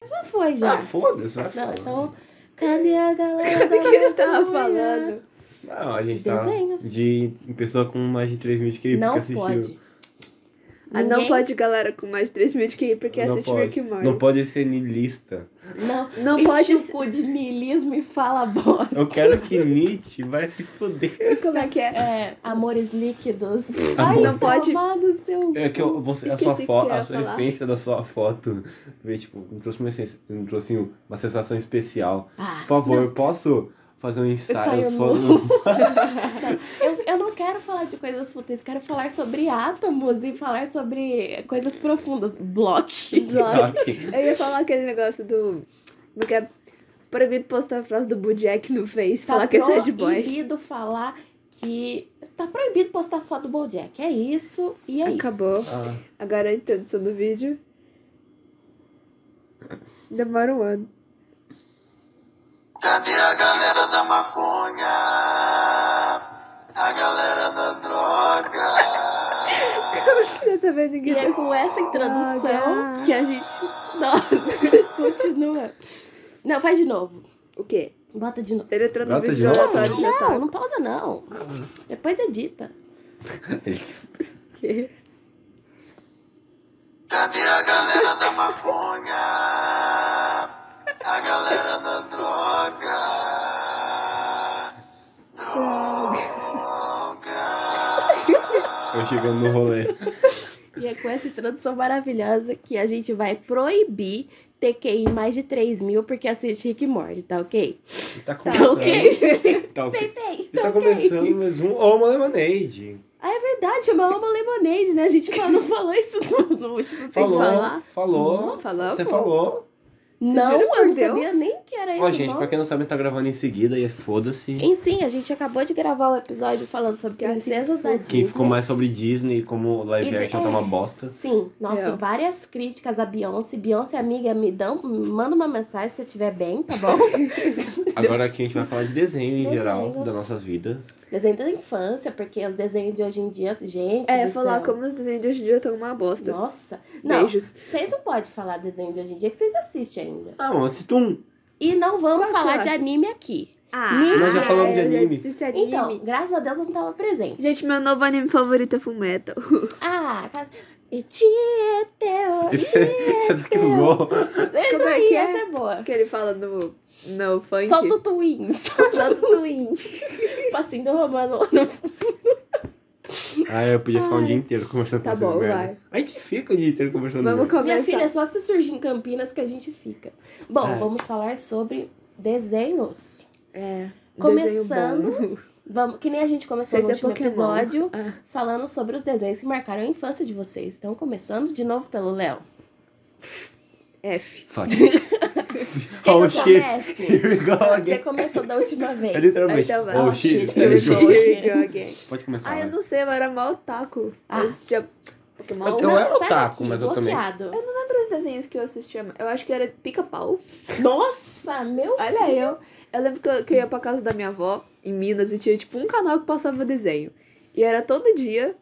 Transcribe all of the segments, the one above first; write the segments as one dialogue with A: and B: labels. A: Mas já foi, já.
B: Ah, foda-se, vai
A: É. Não,
B: falar.
A: então, cadê a galera?
C: O que ele tava
A: Mulher?
C: falando?
B: Não, a gente
A: Os
B: tá
A: desenhos.
B: de pessoa com mais de 3 mil inscritos que
A: Não
B: assistiu.
A: pode.
C: Ah, não
A: Ninguém-
C: pode galera com mais de 3 mil de QI, porque
B: não
C: assiste
B: pode.
C: Rick and Morty.
B: Não pode ser niilista.
A: Não,
C: Não
A: Enche
C: pode
A: o
C: ser-
A: cu de niilismo e fala bosta.
B: Eu quero que Nietzsche vai se fuder.
C: Como é que é?
A: É, amores líquidos.
B: Amor.
A: Ai,
C: Não pode-
A: tomar no seu
B: É que eu, você, a
C: Esqueci
B: sua
C: o que
B: foto,
C: eu ia
B: a sua
C: falar.
B: essência da sua foto, veio, tipo, me trouxe uma essência, me trouxe um, uma sensação especial.
A: Ah,
B: Por favor, posso fazer um ensaio?
A: Ensaio
B: só
A: nu.
B: no-
A: Ah, Eu, eu não quero falar de coisas fúteis, quero falar sobre átomos e falar sobre coisas profundas. Block.
C: Block.
B: Ok.
C: Eu ia falar aquele negócio do. Como é que é? Proibido postar a frase do Bojack no
A: Tá
C: Face, falar que é sad boy.
A: proibido falar que. Tá proibido postar foto do Bojack. É isso e é
C: Acabou.
B: Ah,
C: Agora a introdução do vídeo. Demora um ano.
D: Cadê a galera da maconha? A galera da droga?
C: Dessa vez
A: isso. E
C: ninguém
A: é
C: vai-
A: com essa introdução
C: Droga.
A: que a gente. Nossa, continua. Não, faz de novo.
C: O quê?
A: Bota de novo. tá,
C: Ele entrou no
B: Nota de
C: vídeo
B: novo?
C: aleatório já tá.
A: Não, não pausa não. Depois é edita.
B: ele-
C: quê?
D: Cadê a galera da maconha? A galera da droga?
B: eu chegando no rolê.
A: E é com essa introdução maravilhosa que a gente vai proibir TQI mais de 3 mil porque assiste Rick e Morty, tá ok? Tá
B: Tá começando.
A: ok?
B: Tá ok.
A: Bem, bem,
B: E tá
A: tá ok.
B: começando mais um Oma Lemonade.
A: Ah, é verdade, chama Alma Lemonade, né? A gente falou- não falou isso no, no último
B: Falou,
C: falar?
B: falou.
C: Falou,
B: Você
C: pô. É
B: falou.
A: Não,
C: jura por
A: eu não
C: Deus?
A: sabia nem que era esse
B: Ó, gente,
A: nome.
B: pra quem não sabe, tá gravando em seguida e foda-se.
A: Enfim, sim, a gente acabou de gravar o episódio falando sobre
C: Que assim
A: princesas da Disney.
B: Quem ficou mais sobre Disney e como live
A: E-
B: action tá
A: é.
B: uma bosta.
A: Sim, nossa,
C: Eu.
A: várias críticas a Beyoncé. Beyoncé, amiga, me dão, manda uma mensagem se eu estiver bem, tá bom?
B: Agora aqui a gente vai falar de desenho em geral,
A: Desenhos.
B: das nossas vidas.
A: Desenho da infância, porque os desenhos de hoje em dia, gente.
C: É,
A: do
C: falar
A: céu.
C: como os desenhos de hoje em dia estão uma bosta.
A: Nossa. Não,
C: Beijos.
A: vocês não podem falar desenho de hoje em dia que vocês assistem ainda.
B: Ah, eu assisto um.
A: E não vamos
C: Qual
A: falar
C: que eu
A: de
C: assisto?
A: anime aqui.
C: Ah,
B: Nós já falamos de
C: eu já
B: anime.
C: disse anime.
A: Então, graças a Deus eu não tava presente.
C: Gente, meu novo anime favorito é Fullmetal.
A: Ah, ca- E Tieteo.
B: Você é do que gol.
A: Essa
C: Como é
A: aí,
C: que é?
A: essa é boa.
C: que ele fala no, no funk.
A: Solta o Twins.
C: Solta o Twitch.
A: Passinho do Romano lá no
B: Ah, eu podia ficar um dia inteiro conversando
C: Tá
B: com essa
C: bom,
B: merda. A gente fica o dia inteiro conversando
C: Vamos
B: merda.
A: Minha
C: começar.
A: filha, é só se surgir em Campinas que a gente fica. Bom,
B: É.
A: vamos falar sobre desenhos.
C: É,
A: Começando,
C: desenho bom.
A: Vamos, que nem a gente começou no
C: Esse é
A: último
C: Pokémon.
A: episódio,
C: Ah.
A: falando sobre os desenhos que marcaram a infância de vocês. Então, começando de novo pelo Léo.
C: F.
B: Fuck.
A: Quem
B: oh
A: não
B: shit.
A: conhece?
B: Here we go
A: Você
B: again.
A: começou da última
B: É
A: vez.
B: literalmente.
C: é. Então vai.
B: oh
C: Oh,
B: shit.
A: shit,
B: Here we
A: here
B: go.
A: we
C: Here we go again.
B: Pode começar.
C: Ah, eu
B: né?
C: não sei, eu era mal otaku.
A: Ah.
C: Eu assistia Pokémon.
B: tá- Eu- eu
A: Não,
B: era
A: sai
B: otaku,
A: daqui,
B: mas eu também-
A: bloqueado.
C: Eu não lembro os desenhos que eu assistia, mas eu acho que era pica-pau.
A: Nossa, meu
C: Olha eu. Eu lembro que eu, que eu ia pra casa da minha avó, em Minas, e tinha tipo um canal que passava desenho. E era todo dia,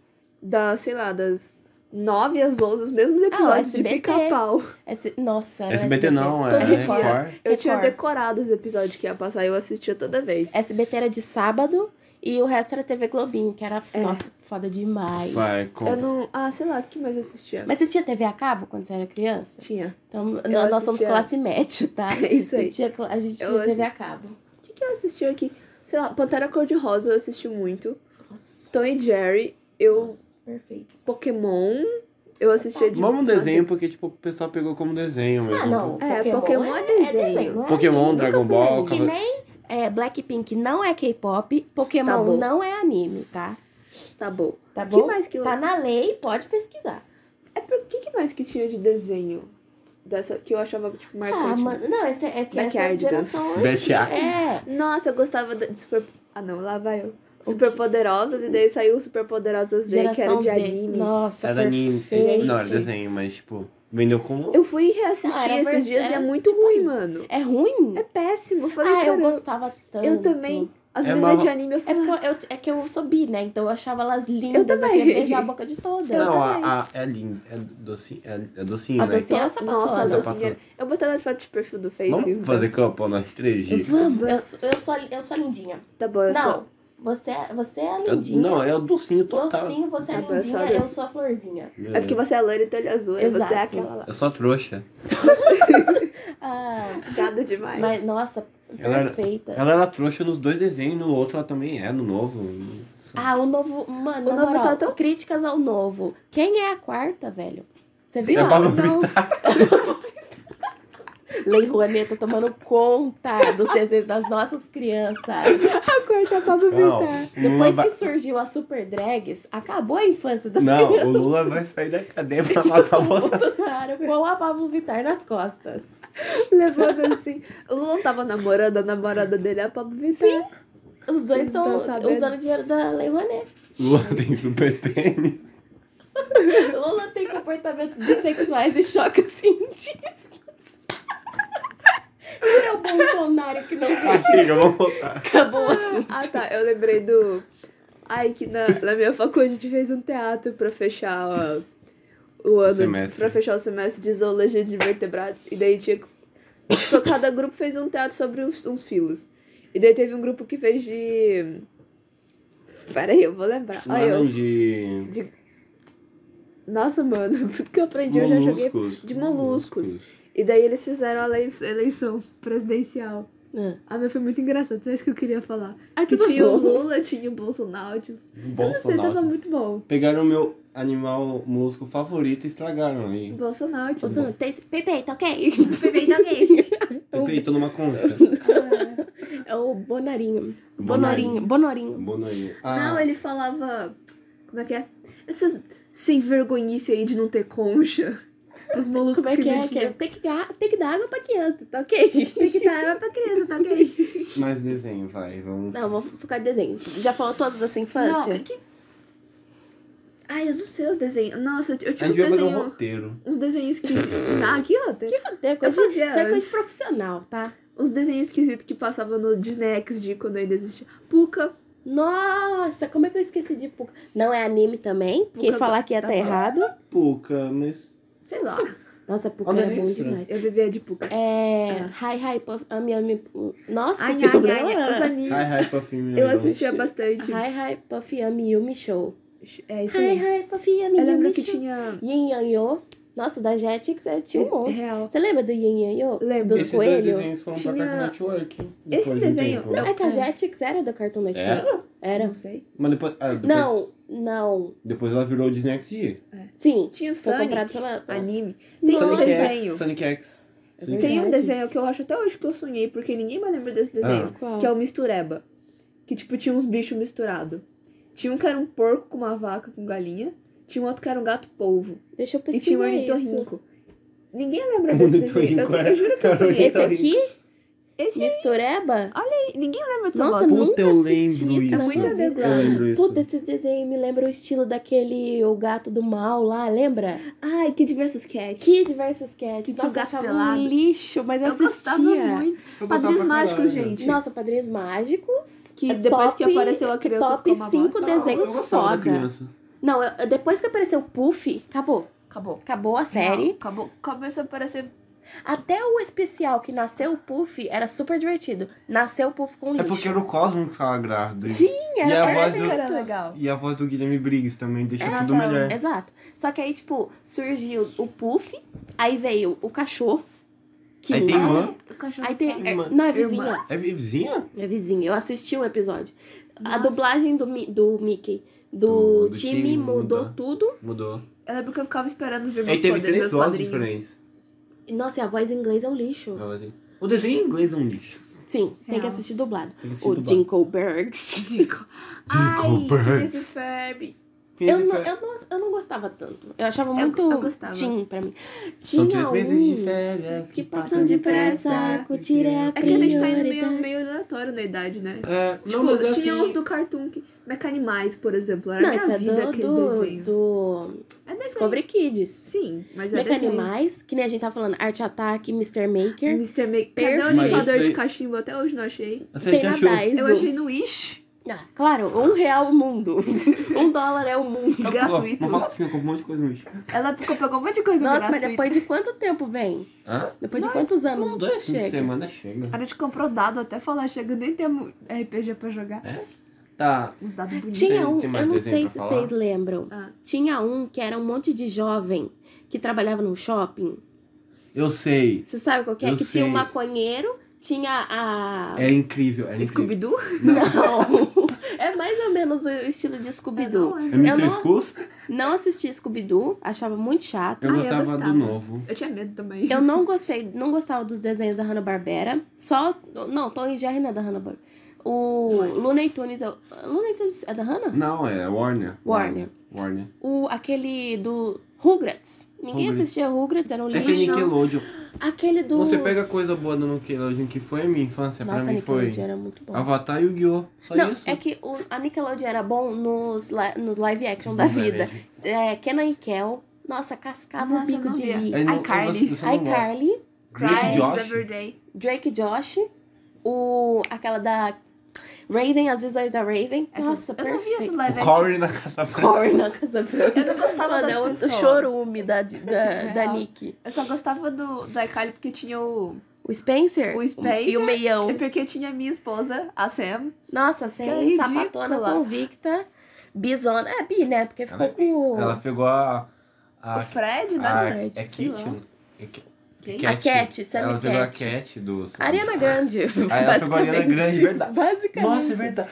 C: das, sei lá, das 9 às 11, os mesmos
A: Ah,
C: episódios de
A: SBT.
C: pica-pau.
A: Esse- Nossa, era
B: SBT não, é
A: Todo
C: é
A: dia.
C: Record.
B: Record.
C: Eu tinha
A: Record.
C: decorado os episódios que ia passar e eu assistia toda vez.
A: SBT era de sábado e o resto era TV Globinho, que era,
C: É.
A: nossa, foda demais.
B: Vai, conta.
C: Eu não. Ah, sei lá, o que mais eu assistia?
A: Mas você tinha TV a cabo quando você era criança?
C: Tinha.
A: Então, nós nós somos
C: assistia-
A: classe média, tá?
C: É isso
A: A
C: aí.
A: gente tinha, cla- a gente
C: Eu
A: tinha TV a
C: assisti-
A: cabo.
C: O que, que eu assistia aqui? Sei lá, Pantera Cor-de-Rosa eu assisti muito.
A: Nossa,
C: Tom e Jerry, eu.
A: nossa, perfeito.
C: Pokémon, eu assistia de.
B: Vamos um desenho, porque, tipo, o pessoal pegou como desenho mesmo.
A: Ah, não.
C: É, Pokémon é desenho.
A: não é
B: Pokémon,
A: anime, nunca
B: Dragon
A: foi
B: Ball,
A: anime. Que
B: Cavale-
A: nem é, Blackpink não é K-pop,
C: Tá
A: Pokémon
C: bom.
A: não é anime, tá?
C: Tá bom.
A: Tá
C: O
A: bom?
C: que mais que eu.
A: Tá na lei, pode pesquisar.
C: É por que, que mais que tinha de desenho? Dessa que eu achava, tipo,
A: Ah,
C: marcante.
A: mano, não, esse é, é que essa
C: Backyard
A: geração...
C: Dance.
B: Best Act.
A: É,
C: Nossa, eu gostava da- de super. Ah não, lá vai eu. Super Poderosas, e daí saiu o Super Poderosas Z, que era
A: geração
C: de
A: Z.
C: anime.
A: Nossa,
B: Era
A: perfeito.
B: anime.
A: Gente.
B: Não, era desenho, mas, tipo, vendeu como.
C: Eu fui reassistir
A: Ah, era
C: esses
A: vers-
C: dias e é
A: era
C: muito
A: tipo
C: ruim,
A: anime.
C: mano.
A: É ruim?
C: É péssimo. Eu falei,
A: ah,
C: cara,
A: eu gostava tanto.
C: eu também. As
B: É
C: meninas
B: marrom-
C: de anime, eu
A: É,
C: falo,
A: porque eu, eu- é que eu sou bi, né? Então eu achava elas lindas. Eu,
C: também.
A: queria beijar a boca de todas.
B: Não,
C: sei.
B: a, a- é linda. É docinho, é, é docinho
A: A
B: né?
A: docinha é a sapatona.
C: nossa, a
B: Sapatona.
C: docinha. Eu botei na foto de perfil do Face. então.
B: Vamos fazer campo nós três, gente?
A: Vamos, eu, sou- eu, sou, eu sou lindinha.
C: Tá bom, eu
A: não,
C: sou.
A: você, você é
B: Eu-
A: lindinha.
B: não, é o docinho total.
A: Docinho, você é
C: É, eu sou a
A: lindinha, eu
C: doce.
A: sou a florzinha.
B: Meu
C: É porque
B: Deus.
C: você é loira e tem olho azul, aí você é
A: Exato.
C: aquela lá.
B: Eu sou trouxa.
A: Ah,
C: Nada demais.
A: mas nossa,
B: Ela era-
A: perfeita.
B: Ela era trouxa nos dois desenhos, no outro ela também é, no novo.
A: Ah, o novo. Mano,
C: O
A: na
C: novo
A: moral,
C: tá tão-
A: críticas ao novo. Quem é a quarta, velho? Você viu?
B: é
A: a-
B: Pablo
C: não.
B: Vittar.
A: Lei Rouanet tá tomando conta dos desejos das nossas crianças.
C: A cor tá pra
B: Não,
C: aproveitar.
B: o Lula
A: Depois
B: vai...
A: que tá surgiu a Super Drags, acabou a infância das
B: Não,
A: crianças.
B: o Lula vai sair da cadeia pra matar o Bolsonaro.
A: Bolsonaro com a Pablo Vittar nas costas.
C: Levando assim. O Lula tava namorando, a namorada dele é a Pablo Vittar.
A: Os dois
C: Não
A: estão
C: tá sabendo.
A: usando dinheiro da Lei Rouanet.
B: Lula tem super pênis.
A: Lula tem comportamentos bissexuais e choca cientistas. Cadê o Bolsonaro que não
B: Ah,
A: tem?
B: chega, vamos voltar.
A: Acabou assim.
C: Ah, tá. Eu lembrei do. Ai, que na, na minha faculdade a gente fez um teatro pra fechar ó, o ano. de-
B: Semestre.
C: pra fechar o semestre de zoologia de vertebrados. E daí tinha. Tipo, cada grupo fez um teatro sobre uns, uns filos. E daí teve um grupo que fez de. Peraí, eu vou lembrar. Olha eu.
B: de...
C: Nossa, mano, tudo que eu aprendi Um eu já joguei.
B: Moluscos.
C: de moluscos. E daí eles fizeram a elei- eleição presidencial. Ah, mas foi muito engraçado, só isso que eu queria falar.
A: Ai,
C: Que
A: tudo
C: tinha o
A: bom.
C: Lula, tinha o Bolsonaro. tinha os- Eu não sei, tava
B: Bolsonaro.
C: muito bom.
B: Pegaram o meu animal molusco favorito e estragaram aí.
C: Bolsonaro. tinha-
A: Bolsonaro, tem- Pepe, tá ok?
C: Pepe, tá ok.
B: Pepe, tô numa concha.
A: É o Bonarinho. Bonarinho.
B: Bonarinho.
A: Bonarinho.
B: Bonarinho. Ah,
C: Não, ele falava. Como é que é? Essas sem vergonhice aí de não ter concha. Os moluscos
A: Como é que
C: não
A: é? que é?
C: tinham.
A: Tem, que dar, tem que dar água pra criança, tá ok?
C: Tem que dar arma pra criança, tá ok?
B: mais desenho, vai. Vamos...
A: Não, vou focar em desenho. Já falou todas da sua
C: Não, é
A: infância?
C: que. que- Ai, eu não sei os desenhos. Nossa, eu
B: A
C: tinha uns
B: gente vai fazer
C: desenhos.
B: um roteiro.
C: Uns desenhos esquisitos. Ah, aqui, ó. Tem...
A: Tem coisa
C: Eu
A: de-
C: fazia
A: Isso é coisa
C: antes.
A: de profissional, tá?
C: Uns desenhos esquisitos que passavam no Disney XD quando ainda existia. Puka.
A: Nossa, como é que eu esqueci de Puka? Não é anime também? Quem
C: Puka
A: falar que ia
C: tá
A: tá,
C: bom.
A: errado.
B: Puca, mas...
C: Sei lá.
A: Nossa, Puka
B: Olha
A: era bom
B: isso, né?
A: demais.
C: Eu vivia de Puka.
A: É. Hi, hi, puff, ami, ami. pu- Nossa,
C: Ai,
A: esse
C: ai,
A: programa.
C: ai, os animes.
B: Hi, hi, Puffy.
C: Eu assistia bastante.
A: Hi, hi, puff, ami, yumi, show.
C: É isso
A: Hi,
C: aí.
A: hi, puff, ami,
C: Eu lembro
A: yumi,
C: que
A: show.
C: tinha.
A: Yin, yang, yo. Nossa, da Jetix é- tinha um monte.
C: Real.
A: Você lembra do Yin Yang Yo?
C: Lembro.
A: Dos
B: Esses dois
A: coelhos?
B: desenhos foram
C: Tinha-
B: pra Cartoon Network. depois
C: Esse
B: de um
C: desenho-
B: tempo.
A: Não, é que a
C: É.
A: Jetix era do Cartoon Network.
B: Era?
A: Era.
C: Não sei.
B: Mas depois, ah, depois...
A: Não, não.
B: Depois ela virou Disney XD.
A: Sim.
C: Tinha o
A: Foi comprado
C: Sonic.
A: pela-
C: Anime. Tem um
A: Sonic X,
C: desenho.
B: Sonic X.
A: É
B: Sonic
C: Tem um
A: Verdade.
C: desenho que eu acho até hoje que eu sonhei, porque ninguém mais lembra desse desenho.
B: Ah.
A: Qual?
C: Que é o Mistureba. Que, tipo, tinha uns bichos misturados. Tinha um que era um porco com uma vaca com galinha. Tinha um outro que era um gato polvo.
A: Deixa eu
C: e tinha um
A: pesquisar isso.
C: ornitorrinco. Ninguém lembra desse desenho. Eu,
B: Ornitorrinco
C: sei-
B: era-
C: eu juro que eu
B: era
C: sonhei.
A: Esse
B: ornitorrinco.
A: aqui?
C: Esse
A: Mistureba?
C: aí, ninguém lembra dessa
A: Nossa,
C: bosta.
B: Puta,
A: nunca
B: eu
A: assisti isso.
B: lembro isso.
A: na
C: É muito
A: minha vida.
C: underground.
B: Eu lembro isso.
A: Puta, esses desenhos me lembram o estilo daquele O Gato do Mal lá, lembra?
C: Ai, que diversos cat.
A: Kid versus Cat.
C: Que tinha o
A: Nossa, eu
C: gato
A: achava
C: pelado.
A: um lixo, mas
C: Eu gostava
A: assistia.
C: muito.
B: Eu gostava
C: Padrinhos
B: pra
C: mágicos,
B: caralho.
C: gente.
A: Nossa, Padrinhos Mágicos.
C: Que
A: É
C: depois que
A: top-
C: apareceu a criança
A: top
C: ficou uma
A: cinco
C: bosta.
A: desenhos.
B: Eu gostava da
A: foda.
B: criança.
A: Não, eu- eu- depois que apareceu o Puff, acabou.
C: Acabou.
A: Acabou a série.
C: Não, acabou. Começou a aparecer...
A: Até o especial que nasceu o Puff era super divertido. Nasceu o Puff com
B: É
A: lixo.
B: porque era o Cosmo que tava grávido.
A: Sim,
B: e
A: era
B: a voz
C: Esse
B: do-
C: cara era legal.
B: E a voz do Guilherme Briggs também deixa
C: Nossa,
B: tudo melhor.
A: Exato. Só que aí, tipo, surgiu o Puff, aí veio o cachorro. Que é
B: Aí tem irmã.
C: O cachorro
A: Aí tem.
C: fala.
A: é-
B: Irmã.
A: não, é vizinha.
C: Irmã.
B: É vizinha?
A: É vizinha. Eu assisti um episódio. A
C: Nossa.
A: dublagem do, Mi- do Mickey, do,
B: Do- do
A: time,
B: time,
A: mudou
B: muda.
A: tudo.
B: Mudou.
C: Eu lembro que eu ficava esperando ver
B: Aí
C: meus
B: teve
C: poderes,
B: três
C: meus
B: vozes
C: padrinhos.
B: diferentes.
A: Nossa, e a voz em inglês é um lixo.
B: A voz em- O desenho em inglês é um lixo.
A: Sim, tem que
C: Real.
A: assistir dublado.
B: Tem que assistir
A: O
B: dublado.
A: Jingle Birds.
C: Dico.
B: Dico
C: Ai,
B: Bird.
C: Príncipe Ferb.
A: Eu
B: Phineas e
A: não,
B: Ferb.
A: eu, não, eu não gostava tanto. Eu achava
C: Eu-
A: muito
C: eu gostava.
A: teen pra mim.
B: São
A: Tinha
B: três meses de
A: um
B: férias
A: que passam depressa, curtir é a
C: É que a gente tá indo meio,
A: prioridade.
C: meio aleatório na idade, né?
B: É,
C: Tipo,
B: não, mas
C: tinha
B: assim,
C: uns do Cartoon que... Mecanimais, por exemplo. Era
A: Não,
C: minha
A: isso é
C: vida aquele
A: do,
C: desenho.
A: do, do
C: É desenho.
A: Discovery Kids.
C: Sim, mas é desenho.
A: Mecanimais, que nem a gente tá falando, Arte Ataque, Mr. Maker.
C: Mr. Make. Cadê o
A: Perfeito.
B: Mas
C: animador
B: isso
C: de
B: daí-
C: cachimbo? Até hoje não achei.
B: a
A: Tem
B: gente
A: a
B: achou.
A: Daiso.
C: Eu achei no Wish.
A: Ah, claro, um real o mundo. um dólar é o mundo.
B: Ó,
C: Gratuito.
B: Vou falar assim, eu compro um monte de coisa no lixo.
C: Ela ficou- pegou um monte de
B: é
C: coisa
A: Nossa, mas
C: gratuita.
A: depois de quanto tempo vem?
B: Hã?
A: Depois de quantos anos
B: Uns
A: isso
B: um dois, cinco
A: chega? Ah.
B: semanas chega.
C: A gente comprou dado até falar, chega, nem temos RPG pra jogar.
B: Tá.
C: Uns dados bonitos.
A: Tinha
B: Tem-
A: um,
B: tem mais
A: eu não
B: desenho
A: sei
B: pra
A: se
B: falar?
A: vocês lembram.
C: Ah.
A: Tinha um que era um monte de jovem que trabalhava num shopping.
B: Eu sei.
A: Você sabe qual que é?
B: Eu
A: que
B: sei.
A: tinha um maconheiro, tinha a.
B: Era É incrível, era incrível.
C: Scooby-Doo?
A: Não! é mais ou menos o estilo de
C: Eu não
A: Scooby-Doo.
B: É
C: lembro.
A: Eu
B: Mr.
A: não-
B: Schools?
A: Não assisti Scooby-Doo, achava muito chato.
B: Eu
C: Ah, eu
B: gostava
C: gostava.
B: do novo.
C: Eu tinha medo também.
A: Eu não gostei, não gostava dos desenhos da Hanna-Barbera. Só. Não, Tom e Jerry não é da Hanna-Barbera. O Looney Tunes. é o- Looney Tunes é da Hanna?
B: Não, é Warner.
A: Warner.
B: Warner.
A: O, aquele do Rugrats. Ninguém
B: Rugrats.
A: assistia Rugrats, era um
B: É aquele
A: lixo.
B: Nickelodeon.
A: Aquele do.
B: Você pega coisa boa do Nickelodeon que foi a minha infância,
A: Nossa,
B: pra
A: a
B: mim foi
A: Nickelodeon era muito bom.
B: Avatar e Yu-Gi-Oh! Só
A: Não,
B: isso.
A: é que o, a Nickelodeon era bom nos, li- nos live action
B: Nos
A: da
B: live
A: vida.
B: action.
A: É, Kenan e Kel. Nossa, cascava
C: Nossa,
A: o
C: eu
A: bico
C: não
A: de
C: via.
A: rir.
B: Aí não-
C: iCarly.
B: você- você não gosta.
A: iCarly,
B: Drake e Josh.
C: Day.
A: Drake e Josh, o, aquela da Raven, as visões da Raven.
C: Essa-
A: Nossa,
C: eu não vi
A: perfeito.
C: essas
B: O
C: live action.
B: Corey na Casa Branca.
A: Corey na Casa Branca.
C: Eu não gostava
A: Mano,
C: das
A: é o- o
C: pessoas. É
A: chorume da, da, da
C: Real.
A: Nick.
C: Eu só gostava do, do iCarly porque tinha o...
A: O Spencer?
C: O Spencer
A: E o meião.
C: É porque tinha minha esposa, a Sam.
A: Nossa, sem
C: Que ridícula.
A: sapatona convicta. Bisona. É bi, né? Porque ficou
B: Ela-
A: com o-
B: Ela pegou a. A,
C: o Fred, né?
B: a-
A: Fred,
B: Ah, é
A: sei lá.
B: Kit? É Ki-
C: Quem?
A: A Cat, Sam
B: Ela
A: e
B: pegou a
A: Cat.
B: Cat dos.
A: Ariana Grande.
B: é- Ah, ela pegou a Ariana
A: basicamente.
B: Grande, verdade.
A: Basicamente.
B: Nossa, é verdade.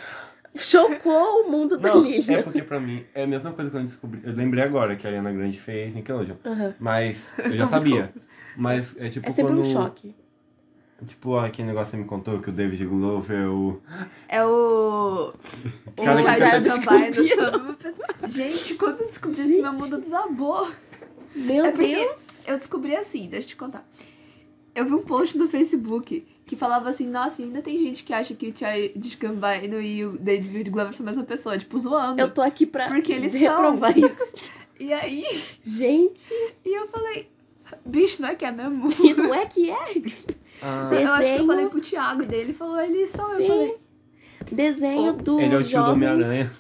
A: Chocou o mundo da
B: Não,
A: Lilian.
B: é porque pra mim é a mesma coisa que eu descobri. Eu lembrei agora que a Ariana Grande fez Nickelodeon.
A: Aham.
B: Mas eu já
C: Tô muito
B: sabia. Mas é tipo
A: É sempre
B: quando.
A: um choque.
B: Tipo, aquele negócio que você me contou que o David Glover, o.
C: É o... O
B: Cara que
C: Charlie
B: canta-
C: do Campai do
A: Scooby.
C: Sam. Gente, quando eu descobri isso, meu mundo desabou.
A: Meu
C: É porque-
A: Deus.
C: Eu descobri assim, deixa eu te contar. Eu vi um post no Facebook que falava assim, nossa, ainda tem gente que acha que o Charlie Discambaino e o David Glover são a mesma pessoa, tipo, zoando.
A: Eu tô aqui pra
C: Porque eles
A: reprovar isso.
C: E aí,
A: Gente,
C: e eu falei, bicho, não é que é mesmo?
A: que não é que é?
C: Então
B: Ah,
A: Tem-
C: Eu acho que eu
A: Desenho.
C: falei pro Thiago dele, ele falou, eles são,
A: Sim.
C: eu falei,
A: Desenho do
B: ele é o tio do
A: jovens...
B: Homem-Aranha.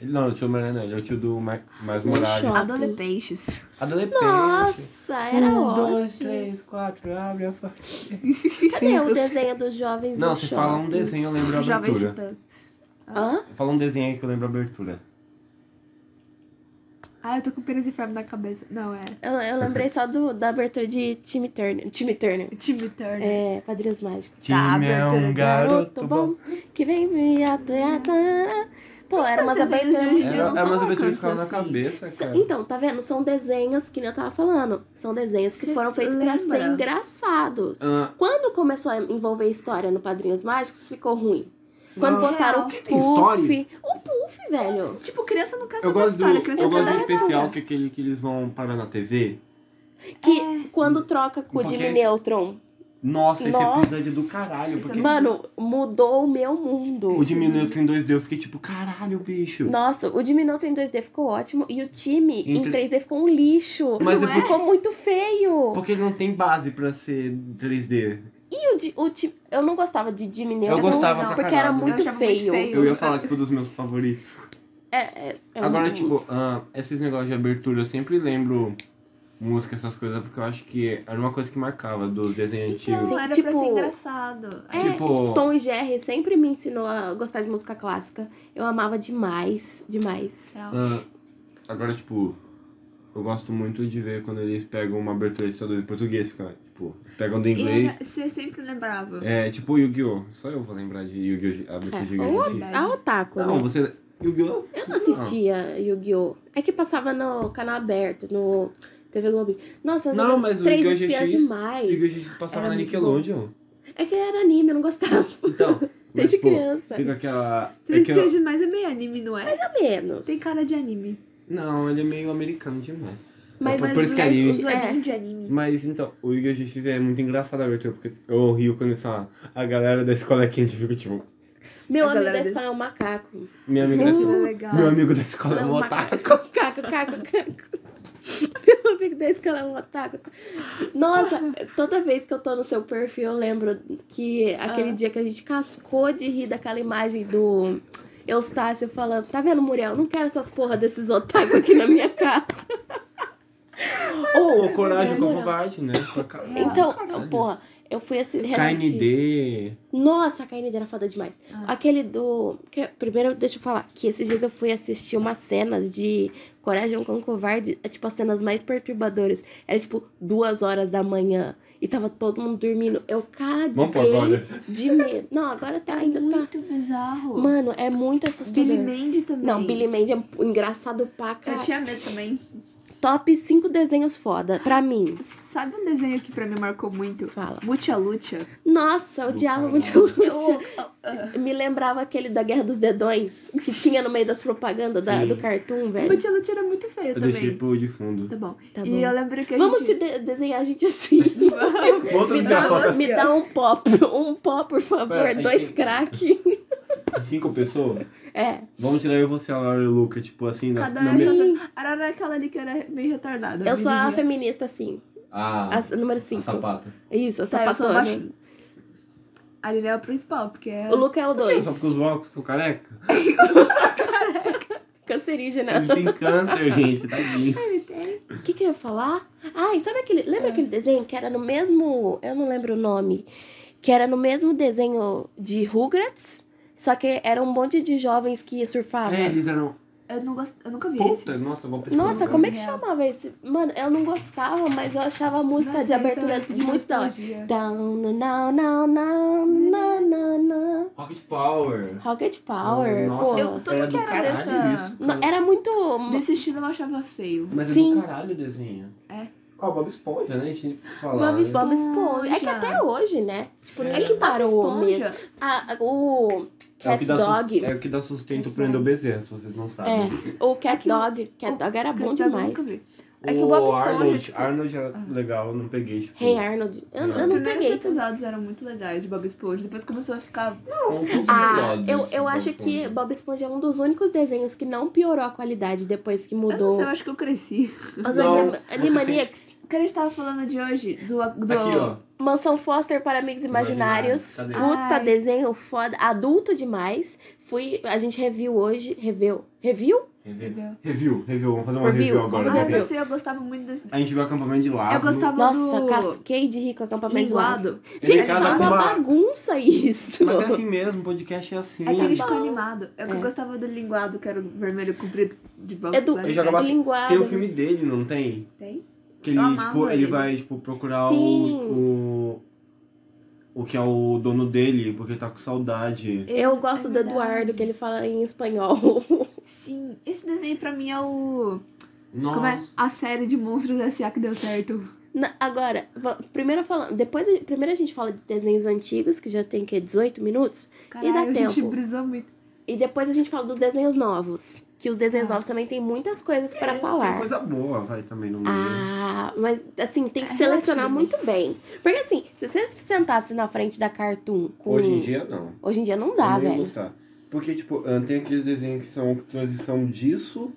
B: Ele- Não, o tio do Homem-Aranha não, ele é o tio do Ma Mais
A: Não
B: Morales.
A: chora.
C: Adole Peixes.
B: Adolescente.
A: Nossa, era
B: um,
A: ótimo.
B: dois, três, quatro, abre a porta.
A: Cadê o desenho dos jovens
B: Não,
A: no
B: se
A: shopping?
B: fala um desenho, eu lembro a
C: Jovens
B: abertura.
C: Titãs.
A: Hã?
B: Fala um desenho aí que eu lembro a abertura.
C: Ah, eu tô com penas e ferro na cabeça. Não, é
A: Eu, eu lembrei só do, da abertura de Timmy Turner. Timmy Turner.
C: Timmy Turner.
A: É, Padrinhos Mágicos.
B: Time é
C: abertura,
B: um garoto bom.
A: que vem me aturar. tarará. Pô, era umas
C: desenhos de
A: aberturas
C: hoje em
A: muito
B: Era,
C: dia não
B: era
C: são
B: É, umas aberturas que ficavam na
C: marcantes assim.
B: cabeça,
A: Sa-
B: cara.
A: Então, tá vendo? São desenhos que nem eu tava falando. São desenhos que
C: Cê
A: foram feitos pra
C: lembra?
A: ser engraçados.
B: Ah,
A: Quando começou a envolver história no Padrinhos Mágicos, ficou ruim. Quando
C: Não.
A: botaram o
C: Real.
B: Tem história?
A: Puff. O Puff, velho.
C: Tipo, criança não quer
B: eu
C: saber
B: gosto do,
C: história, criança
B: eu
C: quer
B: gosto do
C: saber
B: especial que é aquele que eles vão parar na TV.
A: Que
C: É.
A: quando troca com o
B: Porque
A: Jimmy
B: esse-
A: Neutron.
B: Nossa, esse
A: Nossa.
B: episódio é do caralho.
C: Isso
B: Porque
C: é
A: Mano, mudou o meu mundo.
B: o diminuto em 2D eu fiquei tipo, caralho, bicho.
A: Nossa, o Jimmy Neutron em 2D ficou ótimo. E o time em
B: Entre-
A: 3D ficou um lixo.
B: Mas
C: Não
B: é
C: é?
B: porque,
A: Ficou muito feio.
B: porque ele não tem base pra ser 3D.
A: E o, Di- o Ti- eu não gostava de Jimmy Neutron.
B: Eu gostava
C: não,
B: pra
A: porque era
B: caralho.
A: muito
C: achava muito
A: feio.
C: feio.
B: Eu ia falar, tipo, dos meus favoritos.
A: É, é- é
B: Agora,
A: muito-
B: tipo, ah, esses negócios de abertura, eu sempre lembro música, essas coisas, porque eu acho que era uma coisa que marcava dos desenhos
C: Não,
B: antigos.
A: Sim,
C: era
A: tipo-
C: pra ser engraçado.
A: É,
B: tipo-
A: Tom e Jerry sempre me ensinou a gostar de música clássica. Eu amava demais, demais.
C: Real.
B: Ah, agora, tipo, eu gosto muito de ver quando eles pegam uma abertura de traduzem em português, fica, tipo, eles pegam do
C: E
B: inglês.
A: é-
C: era- você sempre lembrava.
B: É, tipo Yu-Gi-Oh! Só eu vou lembrar de Yu-Gi-Oh! a abertura de
A: É, ou
B: Yu-Gi-Oh!
C: verdade.
A: a Otaku,
B: Não, Ah.
A: né?
B: você. Yu-Gi-Oh!
A: Eu não assistia Yu-Gi-Oh! É que passava no canal aberto, no TV Globinho. Nossa, eu
B: Não,
A: tava
B: mas o
A: três
B: Yu-Gi-Oh!
A: espiãs
B: GX
A: demais.
B: Yu-Gi-Oh! GX passava
A: Era
B: na
A: muito
B: Nickelodeon.
A: É que era anime, eu não gostava.
B: Então.
A: Desde
B: tipo,
A: criança.
B: Fica aquela.
C: Três
B: aquela-
C: Dias Demais é meio anime, não é?
A: Mais ou menos.
C: Tem cara de anime.
B: Não, ele é meio americano demais. É
A: Mas
B: por,
A: às
B: por isso que é anime.
A: vezes- é.
C: de anime.
B: Mas então, o Liga da Justiça é muito engraçado a abertura, porque eu rio quando essa, a galera da escola é quente, eu fico tipo,
A: Meu
C: A
A: amigo da
C: galera
A: escola é um macaco.
B: minha amiga da escola.
C: Uh, legal.
B: Meu amigo da escola é
A: Hum, Não,
B: um
A: macaco.
B: otaku.
A: Caco, caco, caco. Meu amigo da escola é um otaku. Nossa, toda vez que eu tô no seu perfil, eu lembro que aquele
C: Ah.
A: dia que a gente cascou de rir daquela imagem do Eustácio falando: Tá vendo, Muriel? Não quero essas porra desses otaku aqui na minha casa. Ou,
B: Ô, coragem com a
A: Muriel.
B: covarde, né? Pra caralho,
A: É Então,
B: caralho.
A: porra, eu fui assim,
B: Shine
A: reassistir.
B: D.
A: Nossa, a KND era foda demais.
C: Ah.
A: Aquele do. que- primeiro, deixa eu falar que esses dias eu fui assistir umas cenas de Coragem com Covarde, é, tipo as cenas mais perturbadoras. Era tipo duas horas da manhã e tava todo mundo dormindo. Eu
B: Vamos pro agora.
A: caguei de medo. Não, agora tá, ainda tá.
C: Muito bizarro.
A: Mano, é muito assustador.
C: Billy Mandy também.
A: Não, Billy Mandy tá é engraçado pra
C: Eu
A: caralho.
C: tinha medo também.
A: Top 5 desenhos foda, pra mim.
C: Sabe um desenho que pra mim marcou muito?
A: Fala.
C: Mucha Lucha.
A: Nossa, eu odiava muito
C: Eu-
A: Lucha.
C: eu-
A: Me lembrava aquele da Guerra dos Dedões, que tinha no meio das propagandas da-
B: Sim.
A: do cartoon,
C: eu-
A: velho.
C: Mucha Lucha era muito feia
B: Eu deixei
C: também.
B: pro é tipo de fundo.
C: Tá bom.
A: Tá bom.
C: E eu lembro que a
A: Vamos se de-
C: gente...
A: desenhar a gente assim.
B: Volta
A: me,
B: no dia
A: dá,
B: a foto.
A: me dá um pop. Um pop, por favor.
B: Pera, a gente
A: Dois
B: tem-
A: crack.
B: assim, Cinco pessoas?
A: É.
B: Vamos tirar eu, você, a Laura e o Luca, tipo assim, na,
C: Cada
B: na
C: um
B: me-
C: fazendo- Arara é aquela ali que era meio retardada.
A: Eu sou a
C: menininha.
A: feminista, assim.
B: Ah,
A: A, número
B: a
A: 5.
B: sapata.
A: Isso, a
C: Tá, eu sou
A: sapatona.
C: baixinha. A Lili é a principal, porque é...
A: o Luca é o dois
B: Só porque os óculos são careca?
A: Cancerígena.
B: Ele tem câncer, gente, tadinho.
A: O que, que eu ia falar? Ai, sabe aquele.
C: É.
A: Lembra aquele desenho que era no mesmo. Eu não lembro o nome. Que era no mesmo desenho de Rugrats, só que era um monte de jovens que surfavam.
B: É, eles eram.
C: Eu, não gosto... eu nunca vi esse.
B: Puta, nossa, eu vou pesquisar.
A: Nossa,
B: agora.
A: como é que
C: Real.
A: chamava esse? Mano, eu não gostava, mas eu achava a música
C: Nossa,
A: de abertura
C: essa é
A: muito da hora.
C: nostalgia.
A: Down, não, não, não, não, não, não.
B: Rocket Power.
A: Rocket Power,
B: Hum, Nossa,
A: pô.
C: Eu- tudo que
B: do
C: era
B: caralho
C: dessa-
B: isso,
A: Não,
B: cara.
A: Era muito.
C: Desse estilo eu achava feio.
B: Mas é
A: Sim.
B: do caralho o desenho.
C: É.
B: Ah, o Bob Esponja, né? A gente tem que falar.
A: Bob
B: né?
A: Esponja. Bob Esponja. É que
C: Esponja.
A: até hoje, né? Tipo,
B: É.
A: nem que parou mesmo.
C: Esponja.
A: Ah, o
B: É o,
A: Cat
B: que dá sus-
A: Dog.
B: é o que dá sustento
C: Cat
B: pro
C: Dog.
B: Endobezerro, se vocês não sabem.
A: É, o Cat
C: É que o-
A: Dog. Cat Dog era bom
C: Castelo eu
A: demais.
C: nunca vi. É que o Bob Esponja,
B: Arnold,
C: tipo-
B: Arnold era legal, eu não peguei. Tipo,
A: Ah. Hey Arnold. Eu, eu
C: Os
A: não
C: primeiros
A: peguei. também.
C: episódios eram muito legais de Bob Esponja. Depois começou a ficar...
B: não, todos
A: Ah,
B: melhores,
A: eu, eu
B: tipo, Bob
A: acho que
B: Esponja.
A: Bob Esponja é um dos únicos desenhos que não piorou a qualidade depois que
C: Eu não
A: mudou.
C: sei, eu acho que eu cresci.
A: Os
B: Não,
A: anim-
B: você
A: Animaniacs,
C: O que a gente tava falando de hoje, do... do
B: Aqui, ó.
A: Mansão Foster para Amigos Imaginários.
B: Imaginários, cadê?
A: Puta
C: Ai.
A: desenho foda, adulto demais. Fui, a gente reviu hoje, reveu, review?
B: Review. Review, review. Vamos fazer uma
A: Review,
B: review,
A: vamos
B: agora.
C: Ah,
A: fazer
B: né?
C: eu sei, eu gostava muito desse...
B: A gente viu o acampamento de Lázaro.
C: Eu gostava
A: Nossa,
C: do...
A: casquei de rico acampamento
C: Linguado.
A: Lázaro.
B: Ele
A: Gente,
B: cada
A: tá uma
B: com uma-
A: bagunça isso.
B: Mas é assim mesmo, o podcast é assim.
C: É que ele
A: Tá
C: ficou
A: bom.
C: animado. Eu
A: É.
C: que gostava do linguado, que era o vermelho comprido de Bob
A: É do
C: Esponja.
B: Ele joga bastante.
A: linguado.
B: Tem o filme dele, não tem?
C: Tem?
B: Que
C: Eu
B: ele,
C: amava
B: tipo, ele
C: ele.
B: vai, tipo, procurar
A: Sim.
B: o, o. O que é o dono dele, porque ele tá com saudade.
A: Eu gosto
C: É
A: do
C: verdade.
A: Eduardo, que ele fala em espanhol.
C: Sim. Esse desenho pra mim é o...
B: Nossa.
C: Como é? A série de monstros S.A. que deu certo.
A: Na- agora, va- primeiro falando, depois a- primeiro a gente fala de desenhos antigos, que já tem que 18 minutos,
C: Caralho,
A: dá
C: a gente
A: tempo.
C: brisou muito.
A: e depois a gente fala dos desenhos novos, que os desenhos
C: Ah.
A: novos também tem muitas coisas pra
B: É, Tem
A: falar.
B: coisa boa, vai também no meio.
A: é? Ah, mas assim, tem que
C: É
A: selecionar
C: relativo.
A: muito bem. Porque assim, se você sentasse na frente da Cartoon com
B: Hoje em dia, é não.
A: Hoje em dia não
B: eu
A: dá,
B: não ia
A: velho.
B: gostar. Porque, tipo, ah, tem aqueles desenhos que são transição disso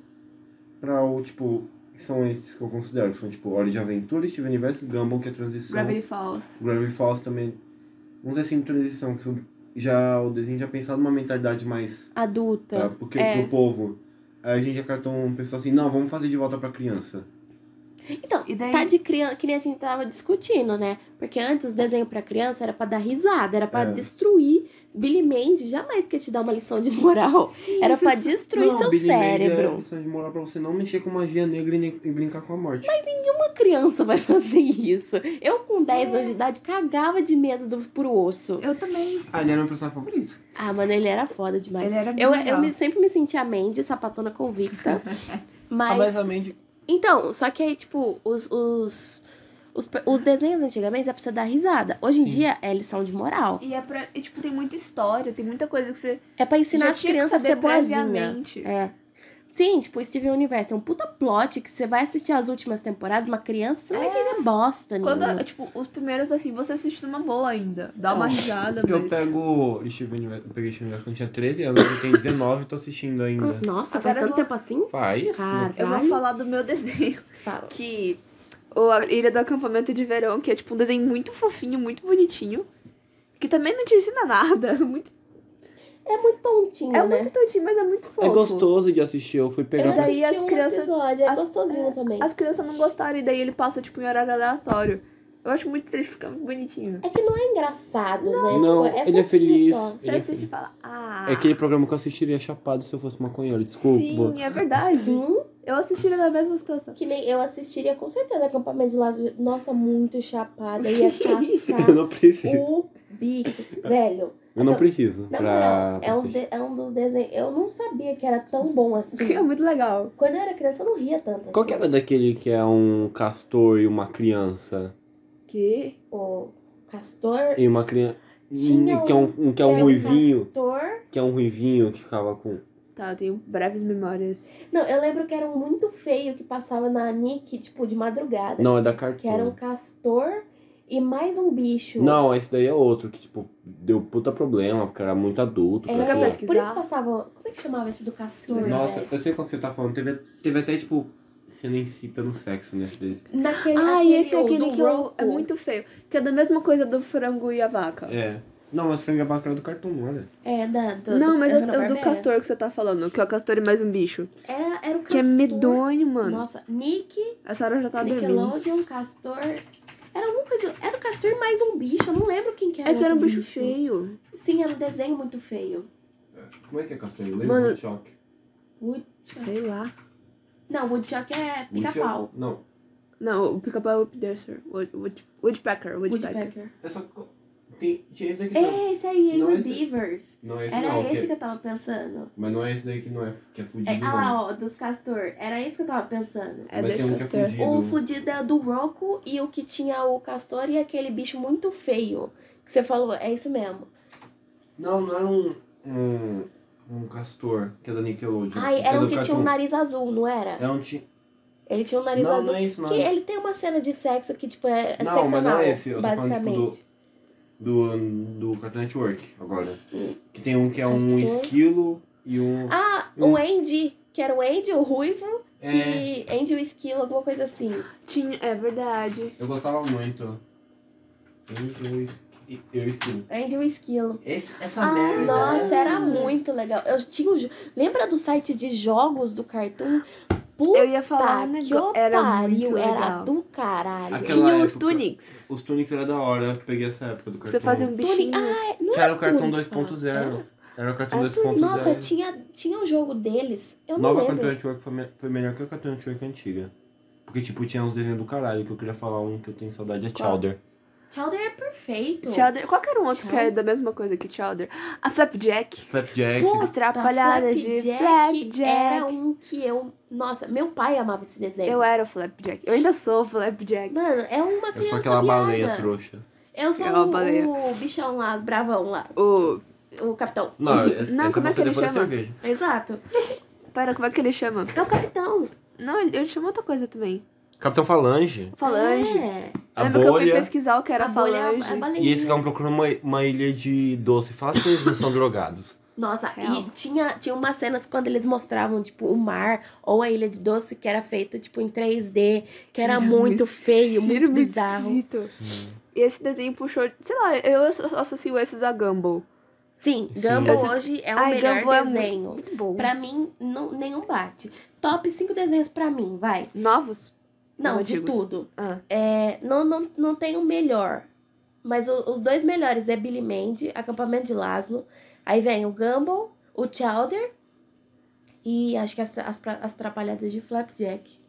B: pra o, tipo, que são esses que eu considero, que são, tipo, Hora de Aventura, Steven Universe, Gumball, que é transição.
C: Gravity Falls.
B: Gravity Falls também. Vamos dizer assim, transição, que são- já, o desenho já pensado numa mentalidade mais
A: Adulta.
B: tá? Porque
A: é.
B: pro povo, a gente já cartão pensou assim, não, vamos fazer de volta pra criança.
A: Então,
C: E daí-
A: tá de criança, que nem a gente tava discutindo, né? Porque antes os desenhos pra criança era pra dar risada, era pra
B: É.
A: destruir. Billy Mandy jamais quer te dar uma lição de moral.
C: Sim,
A: Era
C: isso-
A: pra destruir
B: não,
A: seu
B: Billy Mandy É a
A: cérebro.
B: lição de moral pra você não mexer com magia negra e, nem- e brincar com a morte.
A: Uma criança vai fazer isso. Eu, com
C: É.
A: 10 anos de idade, cagava de medo do, pro osso.
C: Eu também.
B: Ah, ele era meu personagem favorito.
A: Ah, mano, ele era foda demais.
C: Ele era muito
A: eu eu
C: legal.
A: me- sempre me sentia Mandy, sapatona convicta.
B: Ah,
A: mas...
B: mas a Mandy...
A: Então, só que aí, tipo, os... os... Os, os desenhos antigamente é pra você dar risada. Hoje em
B: Sim.
A: dia é lição de moral.
C: E é pra. E, tipo, tem muita história, tem muita coisa que você.
A: É pra ensinar
C: já
A: as
C: tinha que
A: crianças a
C: saber
A: ser boazinha.
C: previamente.
A: É. Sim, tipo, Steven Universe. É um puta plot que você vai assistir as últimas temporadas, uma criança, você não vai entender bosta
C: É. Quando,
A: nenhuma.
C: tipo, os primeiros, assim, você assiste numa boa ainda. Dá uma
B: Não,
C: risada,
B: Porque eu
C: mas-
B: pego Steven Universe, eu peguei Steven Universe quando tinha 13 anos, eu tenho 19 e tô assistindo ainda.
A: Nossa,
C: Uhum. Agora
A: faz
C: eu
A: tanto
C: vou-
A: tempo assim?
B: Faz?
A: Caralho.
C: Eu vou falar do meu desenho,
A: Fala.
C: que... O A Ilha do Acampamento de Verão, que é, tipo, um desenho muito fofinho, muito bonitinho. Que também não te ensina nada. Muito,
A: É muito tontinho,
C: é
A: né?
C: muito tontinho, mas é muito fofo.
B: É gostoso de assistir, eu fui
A: Eu
B: pegar pra...
A: assisti
C: daí as
A: um
C: crianças-
A: episódio, é
C: as-
A: gostosinho também.
C: As crianças não gostaram e daí ele passa, tipo, em horário aleatório. Eu acho muito triste, fica muito bonitinho.
A: É que não é engraçado, né?
B: Não,
A: tipo, é
B: ele
A: fofinho
B: é feliz.
A: só.
C: Você
B: Ele é
C: assiste e fala, ah...
B: É aquele programa que eu assistiria chapado se eu fosse maconheiro, desculpa.
C: Sim, é verdade.
A: Sim,
C: Eu assistiria na mesma situação.
A: assim, que nem eu assistiria com certeza acampamento de Lázaro. Nossa, muito chapada. Ia
B: Eu
A: cascar
B: não preciso.
A: o bico. Velho,
B: Eu não
A: Não,
B: preciso.
A: na
B: pra...
A: moral,
B: pra
A: é um,
B: assistir.
A: de- é um dos desenhos. Eu não sabia que era tão bom
C: É
A: assim.
C: muito legal.
A: Quando eu era criança, eu não ria tanto. Assim.
B: Qual que era daquele que é um castor e uma criança?
C: Que?
A: O Castor.
B: E uma criança.
A: Tinha
B: Que é um, um- que é um
A: era
B: ruivinho.
A: Castor.
B: Que é um ruivinho que ficava com.
C: Tá, eu tenho breves memórias.
A: Não, eu lembro que era um muito feio que passava na Nick, tipo, de madrugada.
B: Não, é da
A: Que era um
B: Cartoon.
A: castor e mais um bicho.
B: Não, esse daí é outro, que tipo, deu puta problema, porque era muito adulto.
A: É,
B: pra
C: Você quer
B: criança.
C: pesquisar?
A: Por isso que passava. Como é que chamava esse do castor?
B: Nossa,
A: velho?
B: eu sei qual que você tá falando. Teve, teve até, tipo, você nem cita no sexo nesse desenho.
A: Naquele.
C: Ah, e esse é aquele
A: do
C: que eu,
A: Roku.
C: é muito feio. Que é da mesma coisa do frango e a vaca.
B: É. Não, mas frango é bacana do cartoon, olha.
A: É, da. Do,
C: Não,
A: do,
C: mas
A: da
C: é o do
A: Hanna-Barbera.
C: castor que você tá falando, que é o castor e mais um bicho.
A: Era, era o castor.
C: Que é medonho, mano.
A: Nossa, Nick,
C: A senhora já tá dormindo.
A: Nickelodeon, castor. Era alguma coisa. Era o castor e mais um bicho. Eu não lembro quem que era.
C: É que era um
A: outro
C: bicho, feio.
A: Sim, era um desenho muito feio.
B: Como é que é castor? Eu lembro
C: Mano-
B: do choque.
A: Woodchuck.
C: Sei lá.
A: Não, Woodchuck é pica-pau.
B: Não.
C: Não, o pica-pau é o Updancer. Wood- wood- Woodpecker. Woodpecker.
A: Woodpecker.
B: É só. Tem, tinha esse daqui também.
A: É, esse aí,
B: Não,
A: Angry
B: esse-
A: Beavers.
B: Não é esse
A: Era
B: não, que é-
A: esse que eu tava pensando.
B: Mas não é esse daí que não é, que é fudido,
A: É, ah
B: não.
A: lá, ó, dos castor. Era esse que eu tava pensando.
C: É
B: Mas
C: dois
B: tem um que é
C: castor.
B: fudido.
A: O fudido é do Roku e o que tinha o castor e aquele bicho muito feio. Que você falou, é isso mesmo.
B: Não, não era um, um, um castor, que é da Nickelodeon.
A: Ai,
B: é
A: era
B: do
A: um que tinha um
B: Cartoon.
A: nariz azul, não era?
B: É um ti...
A: Ele tinha um nariz
B: Não,
A: azul.
B: não é isso, não.
A: que ele tem uma cena de sexo que, tipo, é, é
B: Não,
A: sexo
B: mas não é
A: anal,
B: esse, eu tô falando, tipo,
A: basicamente.
B: Do, do Cartoon Network, agora. Que tem um que é um
A: Hum. Castor.
B: esquilo e um...
A: Ah,
B: Hum.
A: o Andy, que era o Andy, o ruivo,
B: É,
A: que Andy o esquilo, alguma coisa assim.
C: Tinha, é verdade.
B: eu gostava muito. Eu, eu, esqui- eu esquilo.
A: Andy o esquilo.
B: Esse, essa
A: Ah,
B: merda...
A: nossa, era muito legal. Eu tinha o jo- Lembra do site de jogos do Cartoon? Puta
C: Eu ia falar um
A: que
C: negócio. Era muito
A: pariu, era
C: legal.
A: do caralho.
B: Aquela
C: Tinha os
B: época.
C: Tunics.
B: Os Tunics era da hora, eu peguei essa época do Cartoon.
C: Você fazia um bichinho.
A: Não
B: Que era o
C: é
B: Cartoon
A: Tunics,
C: né?
B: 2.0. Era o Cartoon
C: Era
B: 2.0.
A: Nossa, tinha, tinha um jogo deles. Eu não
B: Nova Cartoon
A: lembro.
B: Network foi, me- foi melhor que a Cartoon Network antiga. Porque, tipo, tinha uns desenhos do caralho que eu queria falar um que eu tenho saudade é
C: Qual?
B: Chowder.
A: Chowder é perfeito.
C: Chowder. Qual que era um outro que
A: Chowder.
C: é da mesma coisa que Chowder? A Flapjack.
B: Flapjack.
A: Pô,
C: As
A: Tá,
C: trapalhadas é de
A: Flapjack
C: Flapjack.
A: Era um que eu. Nossa, meu pai amava esse desenho.
C: Eu era o Flapjack. Eu ainda sou o Flapjack.
A: Mano, é uma
B: eu
A: criança.
B: sou aquela
A: viada.
B: baleia trouxa.
A: Eu sou
C: É uma
A: o-
C: baleia.
A: o bichão lá, o bravão lá,
C: O.
A: o capitão.
B: Não, essa,
C: Não,
B: essa
C: como é
B: você
C: que ele
B: depois da
C: chama?
B: cerveja.
A: Exato.
C: Pera, como é que ele chama?
A: É o capitão.
C: Não, ele, ele chama outra coisa também.
B: Capitão Falange,
C: Falange.
A: É.
B: a
C: Lembra que eu fui
B: bolha.
C: pesquisar o que era
A: a bolha é a-
C: falange?
A: a
B: E
A: baleinha.
B: esse cara procura uma, uma ilha de doce. Fala se eles não são drogados.
A: Nossa,
C: Real.
A: e tinha, tinha umas cenas quando eles mostravam, tipo, o mar ou a Ilha de Doce, que era feito, tipo, em 3D, que era muito feio, muito
C: Ciro,
A: bizarro.
C: esquisito. E esse desenho puxou, sei lá, eu asso- associo esses a Gumball.
A: Sim,
B: Sim.
A: Gumball
C: Esse-
A: hoje é o
C: Ai,
A: melhor
C: Gumball é muito-
A: desenho.
C: Muito bom.
A: Pra mim, não, nenhum bate. Top 5 desenhos pra mim, vai.
C: Novos?
A: Não,
C: Não,
A: de
C: antigos.
A: tudo.
C: Ah.
A: É, não, não, não tem o melhor. Mas o- os dois melhores é Billy Mandy, Acampamento de Laszlo. Aí vem o Gumball, o Chowder e acho que as, as, pra- as Trapalhadas de Flapjack.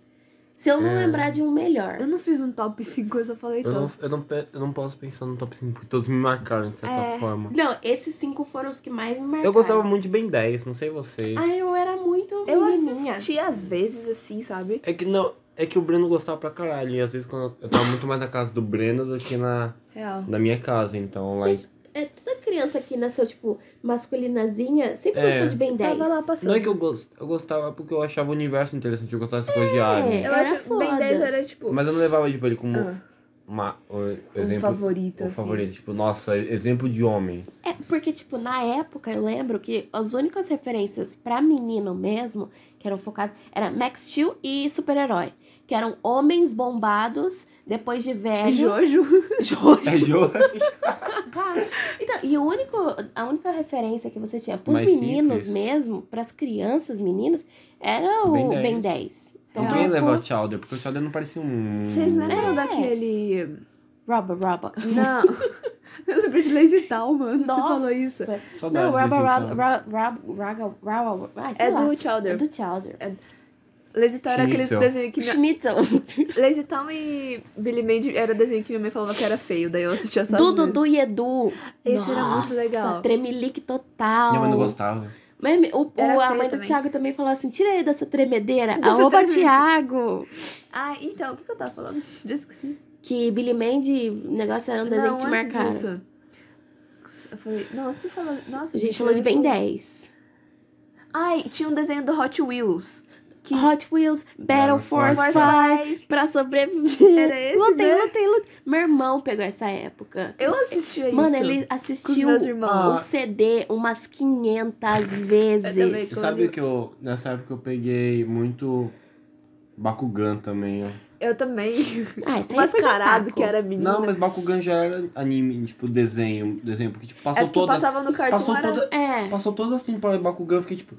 A: Se eu não
B: É.
A: lembrar de um
C: Eu
A: melhor.
C: não fiz um top 5, eu só falei
B: Eu não,
C: todos.
B: eu, não, pe- eu não posso pensar no top 5, porque todos me marcaram de certa
C: É.
B: forma.
A: Não, esses cinco foram os que mais me marcaram.
B: Eu gostava muito de Ben 10, não sei vocês.
A: Ah, eu era muito
C: Eu,
A: menininha.
C: assisti às vezes, assim, sabe?
B: É que não. É que o Breno gostava pra caralho. E às vezes quando eu- eu tava muito mais na casa do Breno do que na,
C: Real.
B: na minha casa, então lá em
A: É, toda criança que nasceu, tipo, masculinazinha, sempre
B: É.
A: gostou de bem 10.
C: Tava lá passando.
B: Não é que eu gostava, eu gostava porque eu achava o universo interessante, eu gostava dessa coisa de área.
C: Eu
A: Era
C: acho que Ben
A: foda.
C: 10 era tipo.
B: Mas eu não levava tipo, ele como
C: ah,
B: uma, um
C: um
B: exemplo.
C: favorito,
B: um
C: assim.
B: favorito. Tipo, nossa, exemplo de homem.
A: É, porque, tipo, na época eu lembro que as únicas referências pra menino mesmo, que eram focadas, era Max Steel e super-herói. Que eram homens bombados depois de
C: É
A: velhos.
C: Jojo.
A: Jojo.
B: É de homem.
A: então, e o único, a única referência que você tinha pros
B: Mais
A: meninos
B: simples.
A: mesmo, pras crianças, meninas, era o
B: Ben
A: Ben
B: 10.
A: 10. Então,
B: Ninguém
A: tipo,
B: leva o Chowder, porque o Chowder não parecia um.
C: Vocês né? lembram daquele.
A: Rubber, rubber.
C: Não. Eu lembrei de Lazy Town, mano. Você falou isso.
A: Não,
B: Saudades
A: Rubber,
B: desse
A: Rubber,
B: Chowder.
A: Rubber, Rubber, Rubber, ah, sei
C: É
A: lá.
C: do Chowder.
A: É do Chowder.
C: Lazy Town era aquele
B: Schnitzel.
C: desenho que minha...
A: Schnitzel.
C: Lazy Town e Billy Mandy era desenho que minha mãe falava que era feio, daí eu assistia só.
A: Du, Dudu e Edu.
C: Esse era muito legal.
A: Tremelique total.
B: Minha mãe não gostava.
A: Mas me- o, o-
C: Era
A: a
C: feio
A: mãe do
C: também.
A: Thiago também falou assim: tira aí dessa tremedeira.
C: Dessa
A: Arroba
C: tremedeira.
A: Thiago.
C: Ah, então, o que, que eu tava falando? Já esqueci.
A: Que Billy Mandy, o negócio era um desenho
C: não,
A: que te
C: antes
A: marcaram.
C: disso. Eu falei, nossa, você falou. Nossa,
A: A gente falou de
C: eu-
A: Ben 10.
C: Ai, tinha um desenho do Hot Wheels. Que-
A: Hot Wheels, Battle
B: Battle
A: Force
B: Force
A: 5, pra sobreviver.
C: Era esse
A: lutei,
C: mesmo?
A: lutei, lutei. Meu irmão pegou essa época.
C: Eu assistia isso.
A: Mano, ele
C: Com os
A: assistiu
C: meus irmãos.
A: o CD umas 500 vezes.
C: Eu também.
B: Você sabe que eu. Nessa época eu peguei muito. Bakugan também, ó.
C: Eu também.
A: Ah, isso
C: O
A: aí é coisa de
C: mascarado
A: otaku.
C: que era É menino.
B: Não, mas Bakugan já era anime, tipo, desenho. Desenho, porque, tipo,
C: É
B: passou
C: porque
B: todas.
C: passava no cartão.
B: Passou,
C: era...
B: toda,
A: É.
B: passou todas as temporadas de Bakugan, eu fiquei, tipo.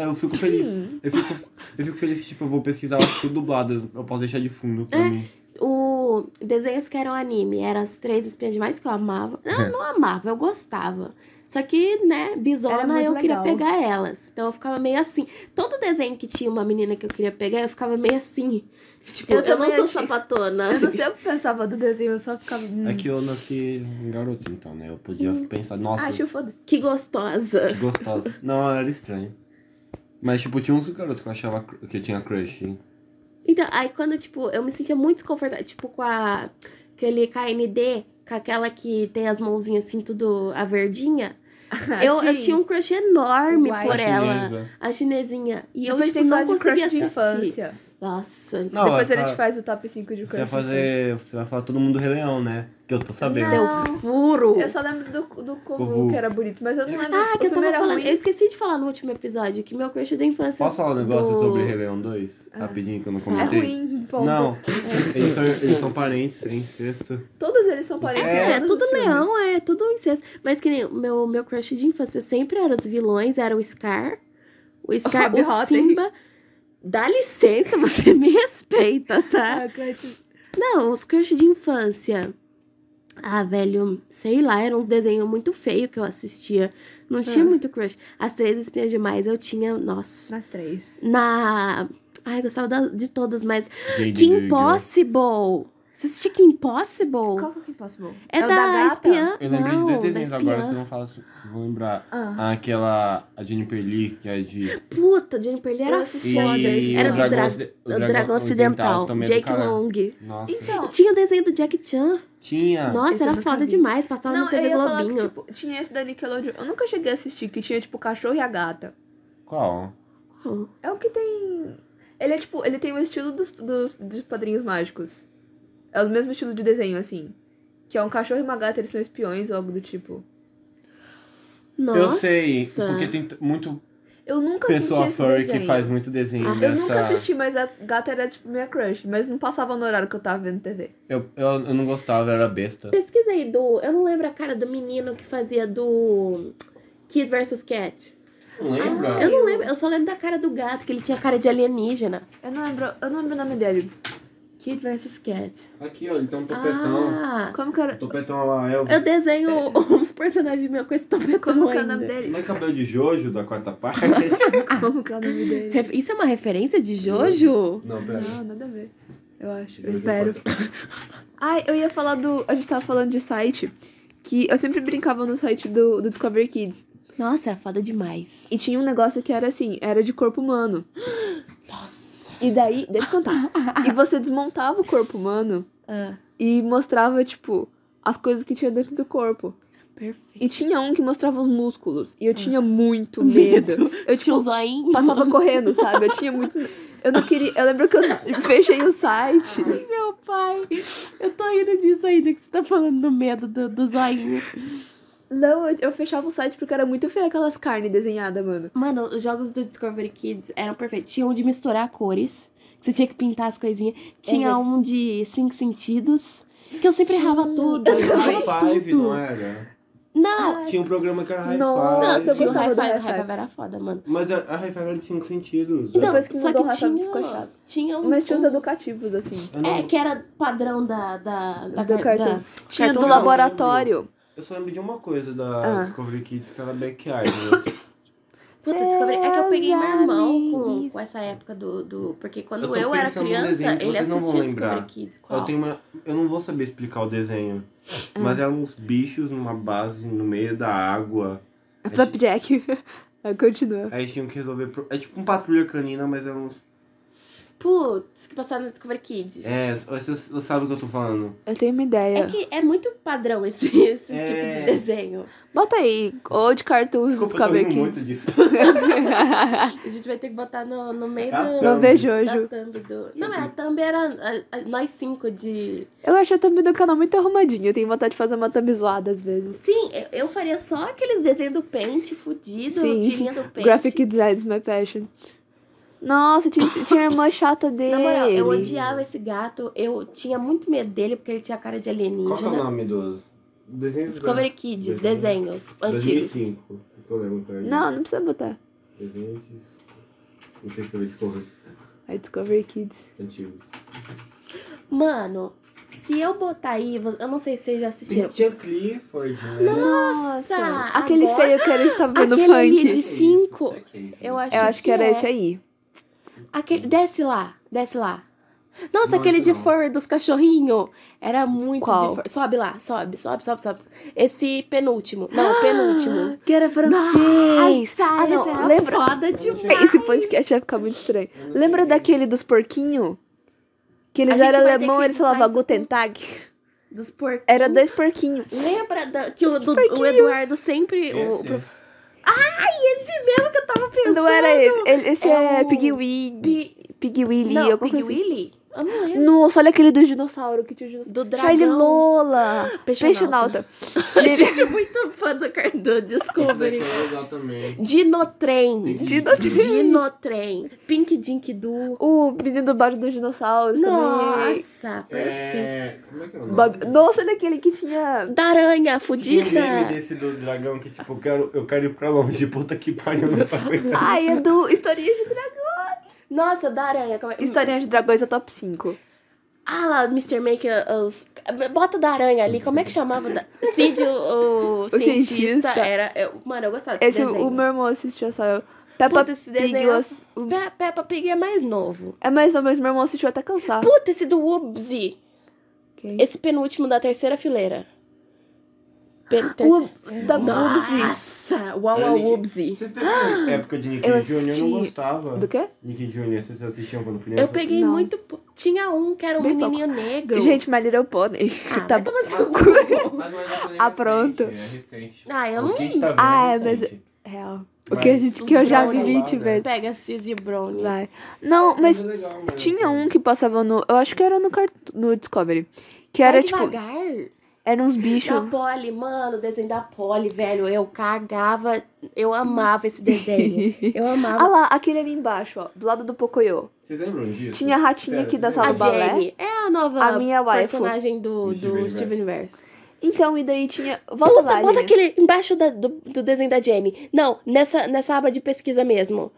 B: Eu fico feliz.
C: Sim.
B: Eu fico, eu fico feliz que, tipo, eu vou pesquisar eu acho que tudo dublado. Eu posso deixar de fundo pra
A: É.
B: mim.
A: o desenhos que eram anime, eram as três espiãs demais que eu amava. Não, eu não amava, eu gostava. Só que, né,
C: Era
A: bisona,
C: muito
A: eu queria
C: legal.
A: pegar elas. Então eu ficava meio assim. Todo desenho que tinha uma menina que eu queria pegar, eu ficava meio assim. Tipo,
C: Eu
A: eu, não
C: também
A: sou
C: achei.
A: sapatona.
C: um- Eu não sei o que eu pensava do desenho, eu só ficava. Hum,
B: É que eu nasci um garoto, então, né? Eu podia pensar,
C: Ah,
B: nossa,
C: tio, foda-se.
A: Que gostosa.
B: que gostosa. não, era estranho. Mas, tipo, tinha uns garotos que eu achava cr- que eu tinha crush, hein?
A: Então, aí quando, tipo, eu me sentia muito desconfortável, tipo, com a aquele KND, com aquela que tem as mãozinhas assim, tudo a verdinha. eu, eu tinha um crush enorme
C: Ah, Uai.
A: por
B: A
A: ela.
B: chinesa.
A: A chinesinha. E eu,
C: Depois
A: tipo,
C: tem que falar
A: não
C: de
A: conseguia
C: crush de
A: assistir.
C: infância.
A: Nossa.
B: Não,
C: Depois
B: é,
C: a gente
B: tá-
C: faz o top 5 de crush.
B: Você vai fazer. Você vai falar todo mundo Rei Leão, né? Que eu tô sabendo.
A: Seu
C: Não.
A: furo.
C: Eu só lembro do, do comum
B: Vovô.
C: que era bonito, mas eu não
B: É.
C: lembro.
A: Ah, que eu
C: o filme
A: tava
C: era
A: falando.
C: ruim.
A: Eu esqueci de falar no último episódio que meu crush da infância.
B: Posso falar um negócio
A: do-
B: sobre Rei Leão 2? Rapidinho, que eu não
C: É
B: comentei.
C: ruim, ponto.
B: Não, eles são, eles são parentes, é incesto.
C: Todos eles são parentes.
A: É,
C: todos
A: tudo
C: os filmes.
A: leão, é tudo incesto. Mas que nem o meu, meu crush de infância sempre era os vilões, era o Scar, o Scar,
C: Rob
A: o
C: Rotten.
A: Simba. Dá licença, você me respeita,
B: É,
A: tá?
C: Ah, Clete.
A: Não, os crush de infância. Ah, velho, sei lá, eram uns desenhos muito feios que eu assistia. Não tinha
C: Ah.
A: muito crush. As Três Espinhas Demais eu tinha, nossa.
C: Nas três.
A: Na. Ai, eu gostava da- de todas, mas.
B: Jade
A: Kim
B: Gyllenhaal.
A: Possible! Você assistia Kim Possible?
C: Qual que é o Impossible?
A: É, da, espiã.
B: Eu lembrei
A: não,
B: de dois
A: da
B: desenhos agora, vocês
A: espiã.
B: vão falar, vocês vão lembrar.
C: Ah.
B: Aquela. A Jennifer Lee, que é de.
A: Puta, Jennifer Lee
C: Eu
A: era
C: assisti
B: E
A: foda.
C: esse
A: Era
B: o
A: do
B: Dragão,
A: Dra-
B: Ocide-
A: o Dragão Ocidental,
B: também é do
A: Jake
B: caralho.
A: Long.
B: Nossa.
C: Então.
A: Tinha o desenho do Jack Chan.
B: Tinha.
A: Nossa,
C: esse eu
A: era
C: nunca
A: foda
C: vi.
A: demais. Passava
C: Não,
A: na
C: eu
A: TV
C: ia falar que,
A: Globinho.
C: tipo, tinha esse da Nickelodeon. Eu nunca cheguei a assistir, que tinha, tipo, o cachorro e a gata.
B: Qual?
A: Hum.
C: É o que tem... Ele é, tipo, ele tem o estilo dos, dos, dos Padrinhos Mágicos. É o mesmo estilo de desenho, assim. Que é um cachorro e uma gata, eles são espiões ou algo do tipo.
A: Nossa.
B: Eu sei, porque tem t- muito
C: Eu nunca
B: pessoa
C: assisti esse
B: furry
C: desenho.
B: que faz muito desenho
A: Ah. Eu
B: dessa.
C: Eu nunca assisti, mas a gata era, tipo, minha crush. Mas não passava no horário que eu tava vendo TV.
B: Eu, eu, eu não gostava, eu era besta.
A: Pesquisa aí do. Eu não lembro a cara do menino que fazia do. Kid vs Cat.
B: Não lembra?
A: Eu não lembro, eu só lembro da cara do gato, que ele tinha cara de alienígena.
C: Eu não lembro, eu não lembro o nome dele.
A: Kid vs Cat.
B: Aqui, ó, ele tem um topetão.
A: Ah!
C: Como que é era...
B: Topetão lá, Elvis.
A: Eu desenho uns personagens meus com esse topetão
C: Como que é o
A: ainda.
C: nome dele?
B: Não é cabelo de Jojo da quarta parte?
C: Como que é o nome dele?
A: Ref- Isso é uma referência de Jojo?
B: não, pera.
C: Não, nada a ver. Eu acho. Eu
B: Jojo
C: espero.
B: quarta-
C: Ai, eu ia falar do. A gente tava falando de site. Que eu sempre brincava no site do, do Discovery Kids.
A: Nossa, era foda demais.
C: E tinha um negócio que era assim, era de corpo humano.
A: Nossa.
C: E daí, deixa eu contar. E você desmontava o corpo humano
A: Ah.
C: e mostrava, tipo, as coisas que tinha dentro do corpo.
A: Perfeito.
C: E tinha um que mostrava os músculos. E eu tinha muito Ah. medo.
A: Tinha
C: Eu tipo,
A: um zoinho.
C: passava correndo, sabe? Eu tinha muito. Eu não queria. Eu lembro que eu fechei o site.
A: Meu pai, eu tô rindo disso ainda que você tá falando do medo do, do zoinho.
C: Não, eu, eu fechava o site porque era muito feia aquelas carnes desenhadas, mano.
A: Mano, os jogos do Discovery Kids eram perfeitos. Tinha um de misturar cores, que você tinha que pintar as coisinhas. Tinha
C: Uhum.
A: um de cinco sentidos, que eu sempre errava tudo. Eu errava
B: High Five,
A: tudo.
B: não era?
A: Não,
B: Tinha um programa que era High
C: Nossa,
B: Five.
A: não,
C: é? Ah, eu
A: tinha o
C: gostava
A: High
C: do
A: Five.
C: High
A: O High
C: Five.
A: Five era foda, mano.
B: Mas a, a High Five era de cinco sentidos.
A: Então,
B: era-
C: Depois que
A: só
C: mudou o
A: que
C: High Five
A: tinha,
C: ficou chato.
A: tinha um...
C: Mas tinha os educativos, assim.
B: eu, não-
A: É, que era padrão da... da, da
C: Do
A: da-
C: cartão. Tinha
A: cartão
C: do
A: não, né?
C: laboratório.
B: eu só lembro de uma coisa da
C: Ah.
B: Discovery Kids, que era Backyard. né?
A: Puta, descobri. É que eu peguei meu irmão com,
C: amigos.
A: com essa época do. do... Porque quando
B: Eu
A: eu,
B: tô
A: era
B: pensando num
A: criança,
B: desenho que
A: ele
B: vocês não vão
A: assistia
B: lembrar.
A: Discovery Kids. Qual? Ah.
B: eu tenho uma... Eu não vou saber explicar o desenho. Mas eram uns bichos numa base no meio da água.
C: Ah. Flapjack. Ah, Continua.
B: Aí tinham que resolver. pro- É tipo um patrulha canina, mas eram uns.
A: Putz, que passaram no Discovery Kids.
B: É, você você sabe o que eu tô falando.
C: Eu tenho uma ideia.
A: É que é muito padrão esse, esse
B: É.
A: tipo de desenho.
C: Bota aí, old cartoons
B: Desculpa, eu tô
C: Discovery
B: rindo muito
C: Kids.
B: disso.
A: A gente vai ter que botar no, no meio
B: Ah,
A: do.
B: tá.
C: Não vejo
A: Da
C: hoje.
A: thumb do. Não, mas a thumb era a- a- nós cinco de.
C: Eu acho a thumb do canal muito arrumadinha. Eu tenho vontade de fazer uma thumb zoada às vezes.
A: Sim, eu, eu faria só aqueles desenhos do pente fudido,
C: Sim.
A: tirinha do pente.
C: Graphic design is my passion. Nossa, tinha, tinha a irmã chata dele.
A: Na moral, eu odiava esse gato. Eu tinha muito medo dele porque ele tinha cara de alienígena.
B: Qual que é o nome dos. Desenhos
A: Discovery Kids,
B: Desenho.
A: desenhos
B: da...
A: antigos.
B: 2005. Eu lembro que era
C: Não, não precisa botar.
B: Desenhos. Não sei o que eu Discovery
C: A Discovery Kids.
B: antigos.
A: Mano, se eu botar aí, vo- eu não sei se vocês já assistiram.
B: Tinha Clifford, né?
A: Nossa!
C: Aquele
A: agora-
C: feio que a gente tava vendo
A: Aquele ali
C: funk.
A: de
B: Que isso,
A: cinco.
B: será que é isso?
A: Eu acho,
C: Eu acho que era
A: é.
C: esse aí.
A: Aquele, desce lá, desce lá. Nossa,
B: Não,
A: aquele
B: esse
A: de
B: não.
A: furry dos cachorrinhos. Era muito
C: Qual?
A: de furry. Sobe lá, sobe, sobe, sobe, sobe. Esse penúltimo. Não, penúltimo.
C: Que era francês.
A: Ai,
C: Ah, não.
A: era
C: Lembra?
A: Foda demais.
C: Esse podcast vai ficar muito estranho. Lembra daquele dos porquinhos? Que
A: A
C: eles
A: gente
C: eram
A: vai ter
C: alemão,
A: que
C: eles falavam
A: editar isso
C: Guten Tag.
A: Dos porquinhos.
C: Era dois porquinhos.
A: Lembra da- que o, do- o Eduardo sempre. O, o
B: Esse?
A: prof- Ai, esse mesmo que eu tava pensando.
C: Não era esse. Ele- Esse
A: É
C: é,
A: o-
C: Piggy Wig.
A: Pi...
C: Piggy Willy.
A: Não,
C: alguma
A: Pig
C: coisa assim.
A: Willy? Eu não lembro.
C: Nossa, olha aquele do dinossauro que tinha o dinossauro.
A: Do dragão.
C: Charlie Lola. tá.
A: Peixonauta.
C: Peixonauta.
A: A gente é muito fã do, car- do
B: Esse daqui
A: Discovery.
B: é legal também.
A: Dinotrem.
C: Uhum.
B: Dinotrem.
A: Dinotrem. Pink Dink Du.
C: O menino do bar dos dinossauros também.
A: Nossa, perfeito.
B: É... Como é que é o nome?
C: Bob- Nossa, olha aquele que tinha.
A: Da aranha
B: Tinha um
A: fudida.
B: meme desse do dragão que, tipo, eu quero, eu quero ir pra longe, puta que pariu, não tá aguentando.
C: Ai, é do Historinha de Dragões.
A: Nossa, da aranha. Como é?
C: Historinha de Dragões é top 5.
A: Ah lá, Mr. Make os... Bota da aranha ali, como é que chamava? Da... Cid, o, o cientista,
C: cientista.
A: era... eu- Mano, eu gostava desse
C: Esse
A: desenho.
C: o meu irmão assistiu só eu. Peppa
A: Puta, esse
C: Pig.
A: desenho
C: eu
A: é
C: ass- o-
A: Pe- Peppa Pig é mais novo.
C: É mais ou menos, meu irmão assistiu até cansar.
A: Puta, esse do Wubsy.
C: Ok.
A: Esse penúltimo da terceira fileira. Pen... terceira-
C: O da Bubsy.
A: Nossa, Uau
B: Olha
A: Uau
B: ali que-
A: Wubsy.
B: Vocês pegaram a época de Nick
C: Eu
B: Jr., eu não
C: assisti-
B: gostava.
C: Do quê?
B: Nick Jr., vocês assistiam quando criança?
A: Eu peguei
C: Não.
A: muito... pou- Tinha um que era um
C: Bem pouco.
A: menininho negro.
C: Gente, My Little Pony.
A: ah,
C: tá
A: vai
C: bom.
A: tomar seu cu.
B: Mas não é recente,
C: Ah, pronto.
B: É recente.
A: Ah, eu
B: O
A: não...
B: que a gente tá vendo
C: Ah,
B: é
C: é, mas-
B: recente.
C: Real. O que, a gente, que eu já vi
A: Brownie.
C: 20 vezes.
A: Pega Suzy Brownie.
C: Vai. Não,
B: é
C: mas
B: legal, mas-
C: tinha um que passava no. Eu acho que era no, cart... no Discovery. Que era
A: Vai
C: tipo.
A: devagar.
C: Eram uns bichos.
A: Da Polly, mano, o desenho da Polly, velho. Eu cagava, eu amava esse desenho. Eu
C: Ah
A: amava.
C: lá, aquele ali embaixo, ó. Do lado do Pocoyo.
B: Vocês lembram disso?
C: Tinha a ratinha
B: Pera,
C: aqui da
B: vocês
C: sala
A: A
B: lembram?
C: balé?
A: Jenny é a nova
C: A minha waifu.
A: personagem do,
B: Do Steven
A: do Steven Universe.
C: Então, e daí tinha. Volta lá,
A: Puta, bota
C: Aline.
A: aquele embaixo da- do, do desenho da Jenny. Não, nessa, nessa aba de pesquisa mesmo.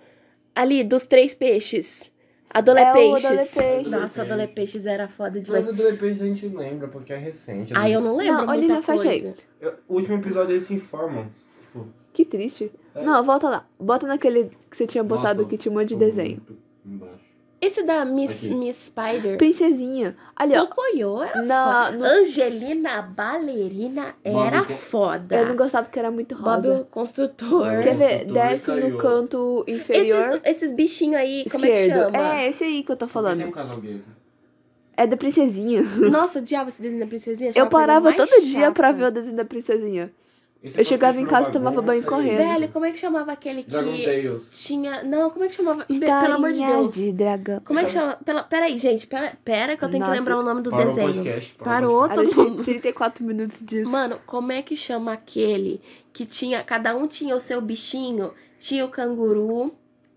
A: Ali, dos três peixes.
C: É o
A: Adolepeixes.
C: Adolepeixes.
A: Nossa, Adolepeixes era foda demais.
B: Mas o do Depende a gente lembra, porque é recente.
E: né?
A: Ai, Ah, eu não lembro
C: Não,
A: muita
C: olha na faixa aí.
A: coisa.
B: Eu- O último episódio eles se informam. Tipo,
C: Que triste.
A: É.
C: Não, volta lá. Bota naquele que você tinha botado
B: Nossa,
C: que tinha um monte de
B: tô
C: desenho.
B: muito Embaixo.
A: Esse da Miss,
B: Aqui.
A: Miss Spider.
C: Princesinha. Ali, ó.
A: Pocoyo era
C: Na-
A: foda.
C: no-
A: Angelina Balerina
B: Bob
A: era
B: Co-
A: foda.
C: Eu não gostava porque era muito
A: Bob
C: rosa.
A: o Construtor.
C: Quer ver?
B: Tudo
C: Desce no
B: caiu.
C: canto
A: Esses,
C: inferior.
A: esses bichinhos aí, como é que
C: Esquerdo.
A: chama?
C: É, esse aí que eu tô
B: Tem um
C: falando.
B: casal gay.
E: tá?
C: É da princesinha.
A: Nossa, o diabo esse desenho da princesinha. achava
C: Eu
A: a coisa
C: parava
A: mais
C: todo dia pra
A: chata.
C: ver o desenho da princesinha.
E: Esse é
C: Eu chegava em
E: virou
C: casa e tomava banho
E: bagunça e-
C: correndo.
A: Velho, como é que chamava aquele que
E: Dragon Tales.
A: tinha. Não, como é que chamava? Be- Pelo amor de
C: Historinhas
A: Deus.
C: de dragão.
A: Como é que chama? Pela... Pera aí, gente. Pera, pera que eu tenho
C: Nossa.
A: que lembrar o nome do
E: Parou o
A: desenho.
E: podcast, parou
A: Parou,
C: Ah,
A: todo
C: deixa eu-
A: mundo.
C: 34 minutos disso.
A: Mano, como é que chama aquele que tinha. Cada um tinha o seu bichinho? Tinha o canguru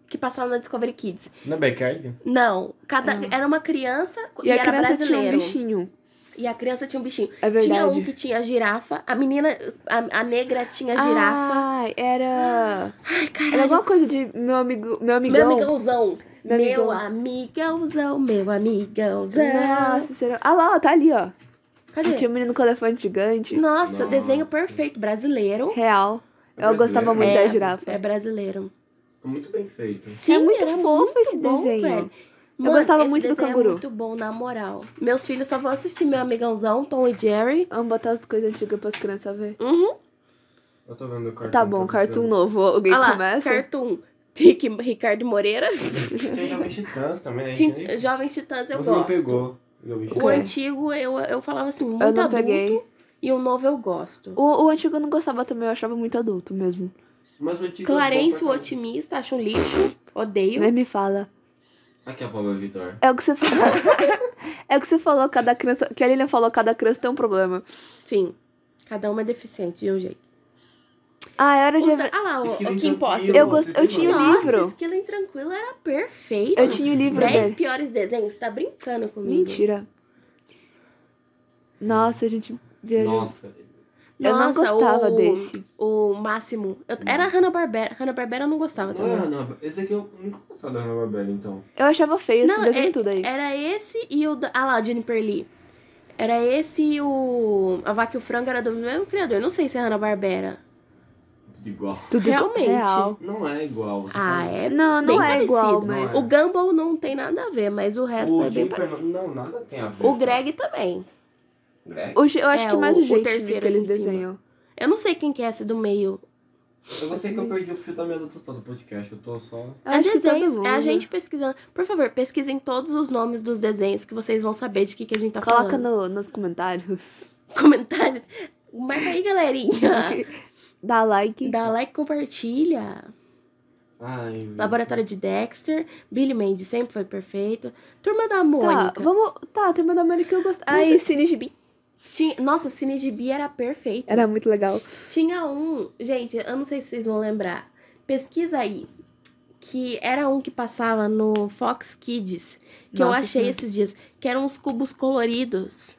A: que passava na Discovery Kids.
B: é
E: Na Backyard?
A: Não, cada era uma criança e,
C: Ah. e a
A: era
C: criança tinha um
A: brasileiro.
C: bichinho.
A: e a criança tinha um bichinho.
C: É verdade.
A: Tinha um que tinha girafa, a menina, a, a negra tinha girafa.
C: Ai, era.
A: Ai, caralho.
C: Era alguma coisa de meu amigo. Meu é um amigão.
A: Meu amigãozão.
C: Meu
A: Meu,
C: amigão.
A: amigãozão, meu amigãozão.
C: Nossa, será? Ah lá, ó, tá ali, ó.
A: Cadê?
C: Tinha um menino com elefante gigante.
A: Nossa,
E: Nossa.
A: desenho perfeito, brasileiro.
C: Real.
E: É
C: Eu gostava
E: brasileiro.
C: muito
A: é,
C: da girafa.
A: É brasileiro.
E: É Muito bem feito.
A: Sim,
C: É muito
A: era
C: fofo
A: muito
C: esse
A: bom,
C: desenho.
A: velho.
C: Eu
A: Mano,
C: gostava
A: esse
C: muito do
A: desenho
C: canguru.
A: É muito bom, na moral. Meus filhos só vão assistir meu amigãozão, Tom e Jerry.
C: Vamos botar as coisas antigas pras crianças ver.
A: Uhum.
E: Eu tô vendo o cartoon.
C: Tá bom, cartoon novo. Alguém
A: Olha Ah lá,
C: começa?
A: Cartoon. Rick- Ricardo Moreira.
E: Tem Jovens Titãs também, né?
A: Tin-
E: Você
A: Jovens Titãs eu
E: não
A: gosto.
E: pegou. Jovens
A: O
E: Titãs.
A: antigo eu, eu falava assim, muito
C: Eu não
A: adulto.
C: peguei.
A: E o novo eu gosto.
C: O, o antigo eu não gostava também, eu achava muito adulto mesmo.
E: Mas o antigo é bom
A: Clarence, o
E: pra caramba.
A: otimista, acho um lixo. Odeio.
C: Nem me fala.
E: Aqui é a Paula Vitor.
C: É o que você falou. é o que você falou, cada criança. Que a Lilian falou, cada criança tem um problema.
A: Sim. Cada uma é deficiente de um jeito.
C: Ah, era de.
A: Os da- Ah lá, o,
E: Esquilo
A: o que
E: Infantil,
A: imposta.
C: Eu,
E: você
C: gost... eu
E: tem
C: tinha o
A: Nossa,
C: livro.
A: Esquilo Intranquilo era perfeito.
C: Eu tinha o livro
A: 10
C: dele.
A: piores desenhos, tá brincando comigo.
C: Mentira. Nossa, a gente viajou.
E: Nossa.
C: Eu não
A: Nossa,
C: gostava
A: o-
C: desse.
A: O Máximo. Eu- era Hanna-Barbera. Hanna-Barbera eu não gostava
E: Não é
A: também.
E: Hanna Esse aqui eu nunca gostei da Hanna Barbera, então.
C: Eu achava feio esse
A: Não,
C: desenho
A: é-
C: tudo aí.
A: Era esse e o. da- Ah lá, Jennifer Lee. Era esse e o. A Vaca e o Frango era do mesmo criador. Não sei se é Hanna-Barbera.
E: Tudo igual.
C: Tudo igual-
A: realmente.
C: Real.
E: Não é igual. você
A: Ah,
E: tá-
A: é.
C: Não, não
A: bem
C: é
A: parecido.
C: igual,
E: Não
C: mas.
E: é.
A: O Gumball não tem nada a ver, mas o resto
E: O
A: é bem
E: Jimmy
A: parecido.
E: Perna- Não, nada tem a ver.
A: O Greg também.
E: Greg?
C: O, je- eu acho
A: É,
C: que mais
A: o-
C: o,
A: o
C: jeito
A: terceiro
C: que
A: ali
C: eles
A: em cima.
C: desenham.
A: Eu não sei quem que é esse do meio.
E: Eu gostei que
C: Uhum.
E: eu perdi o fio da meada total do podcast. Eu tô só.
C: Eu
A: é
C: acho que um, né? todo
A: desenhos,
C: mundo.
A: é a gente pesquisando. Por favor, pesquisem todos os nomes dos desenhos que vocês vão saber de que, que a gente tá
C: Coloca
A: falando.
C: no, nos comentários.
A: Comentários. Marca aí, galerinha.
C: Dá like.
A: Dá like, compartilha.
E: Ai, meu-
A: Laboratório de Dexter. Billy Mandy sempre foi perfeito. Turma da Mônica.
C: Tá, vamos. Tá, tem uma da Mari que eu gostava. Ai, Cine Gibi.
A: Tinha... Nossa, Cine Gibi era perfeito.
C: Era muito legal.
A: Tinha um, gente, eu não sei se vocês vão lembrar. Pesquisa aí. Que era um que passava no Fox Kids. Que eu
C: Nossa
A: achei
C: Senhora.
A: esses dias. Que eram uns cubos coloridos.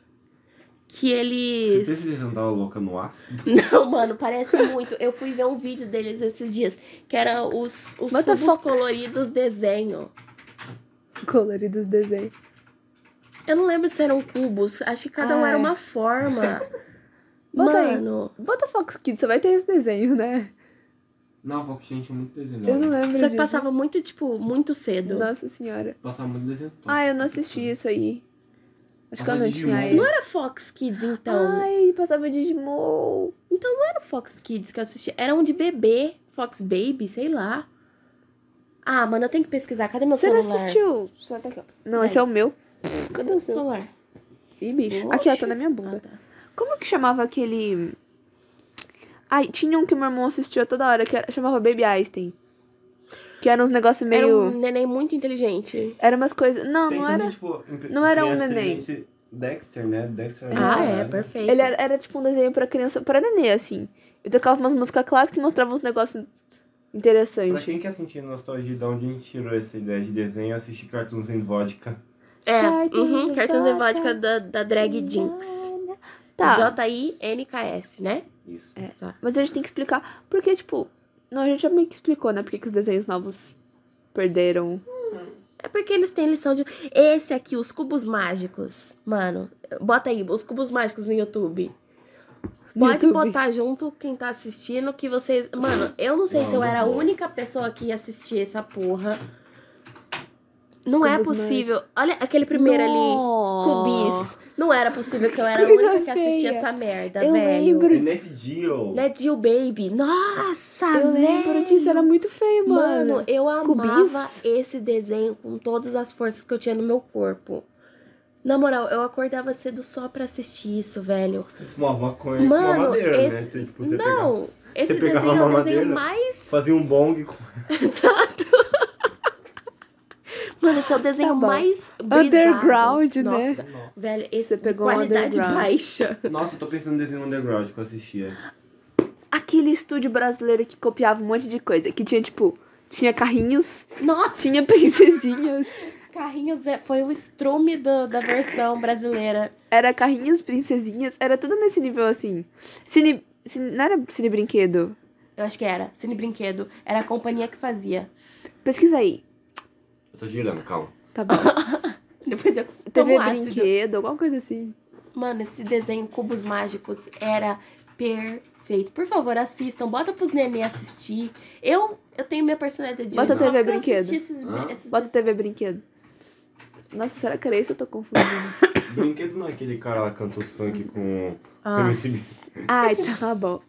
A: Que
E: Você
A: eles.
E: precisa andar louca no ácido?
A: Não, mano, parece muito. Eu fui ver um vídeo deles esses dias. Que era os, os
C: Bota
A: cubos
C: Fox.
A: coloridos desenho.
C: Coloridos desenhos.
A: Eu não lembro se eram cubos. Acho que cada um
C: Ah,
A: era
C: é.
A: uma forma.
C: Bota aí.
A: Mano,
C: Bota Fox Kids, só vai ter esse desenho, né?
E: Não, Fox gente é muito desenho.
C: Eu não lembro.
A: só que
C: disso.
A: passava muito, tipo, muito cedo.
C: Nossa senhora.
E: Passava muito desenho. todo.
C: Ai, Ah, eu não assisti isso aí. Acho que eu
E: Passava
C: não
E: Digimon.
C: tinha
A: Não
C: isso.
A: era Fox Kids, então.
C: Ai, passava Digimon.
A: era Fox Kids que eu assistia. Era um de bebê. Fox Baby, sei lá. Ah, mano, eu tenho que pesquisar. Cadê meu
C: Você não
A: celular?
C: assistiu? Só tá aqui, ó. Não,
A: Vai.
C: esse é o meu. Cadê o seu?
A: celular?
C: Ih, bicho. Aqui, ó, tá na minha
A: Ah,
C: bunda.
A: tá.
C: Como que chamava aquele. Ai, tinha um que meu irmão assistia toda hora, que era- chamava Baby Einstein. Que era uns negócios meio.
A: Era um neném muito inteligente.
C: Era umas coisas. Não, não
E: Pensa
C: era.
E: em, tipo, em-
C: não era um
E: criança
C: neném.
E: inteligente, Dexter, né? Dexter
A: Ah,
E: era-
A: é, perfeito.
C: Ele era, era, tipo um desenho pra criança, pra nenê, assim. Eu tocava umas músicas clássicas e mostrava uns negócios
E: Pra
C: interessantes.
E: quem quer sentir nostalgia de onde a gente tirou essa ideia de desenho, assistir Cartoons em Vodka.
A: É,
C: Cartoons
A: uhum,
C: e
A: cartões e
C: vodka.
A: vodka da, da drag Jinx.
C: Tá,
A: J-I-N-K-S, né?
E: Isso.
A: É. Tá.
C: mas a gente tem que explicar. Porque, tipo. Não, a gente já meio que explicou, né? Porque que os desenhos novos perderam.
A: É porque eles têm lição de. Esse aqui, os cubos mágicos. Mano, bota aí, os cubos mágicos no YouTube.
C: no
A: Pode
C: YouTube.
A: botar junto quem tá assistindo que vocês. Mano, eu não sei
E: Não,
A: se eu
E: não
A: era a
E: vou.
A: única pessoa que ia assistir essa porra. Não é
C: Cubos
A: possível. Olha aquele primeiro ali.
C: Nossa.
A: Cubis. Não era possível que eu era a
C: Coisa
A: única que assistia
C: feia.
A: essa merda,
C: Eu
A: velho.
C: lembro.
E: E Net Geo.
A: Né, Jill Baby? Nossa,
C: Eu
A: velho.
C: lembro que isso era muito feio, mano.
A: Mano, eu amava
C: Cubis?
A: esse desenho com todas as forças que eu tinha no meu corpo. Na moral, eu acordava cedo só pra assistir isso, velho.
B: Fumava maconha com uma
A: Mano,
B: madeira, né?
A: esse.
B: Você, tipo, você pegava,
A: não, esse
B: pegava
A: desenho é
B: uma
A: o desenho
B: madeira.
A: mais.
B: fazia um bong com
A: Exato. Mano, esse é o desenho
C: Tá bom.
A: mais. brisado.
C: Underground, né?
A: Nossa, velho, esse
C: Você pegou um
A: de qualidade
C: underground.
A: baixa.
B: Nossa, eu tô pensando no desenho underground que eu assistia.
C: Aquele estúdio brasileiro que copiava um monte de coisa. Que tinha, tipo, tinha carrinhos,
A: Nossa,
C: tinha princesinhas.
A: Carrinhos é- foi o estrume do- da versão brasileira.
C: Era carrinhos, princesinhas. Era tudo nesse nível assim. Cine. cine- não era cine brinquedo.
A: Eu acho que era. Cine Brinquedo. Era a companhia que fazia.
C: Pesquisa aí.
B: Eu tô girando, calma.
C: Tá bom.
A: Depois eu
C: TV
A: tomo ácido.
C: brinquedo, alguma coisa assim.
A: Mano, esse desenho Cubos Mágicos era perfeito. Por favor, assistam. Bota pros neném assistir. Eu, eu tenho minha personalidade de
C: Bota
A: só porque
C: TV
A: eu
C: brinquedo.
A: assisti Esses, brin-
B: Hã?
A: esses
C: Bota TV brinquedo. Nossa, será que era isso? Eu tô confundindo.
B: Brinquedo não é aquele cara lá que canta os funk com
A: Ah,
B: MC
C: Ai, tá bom.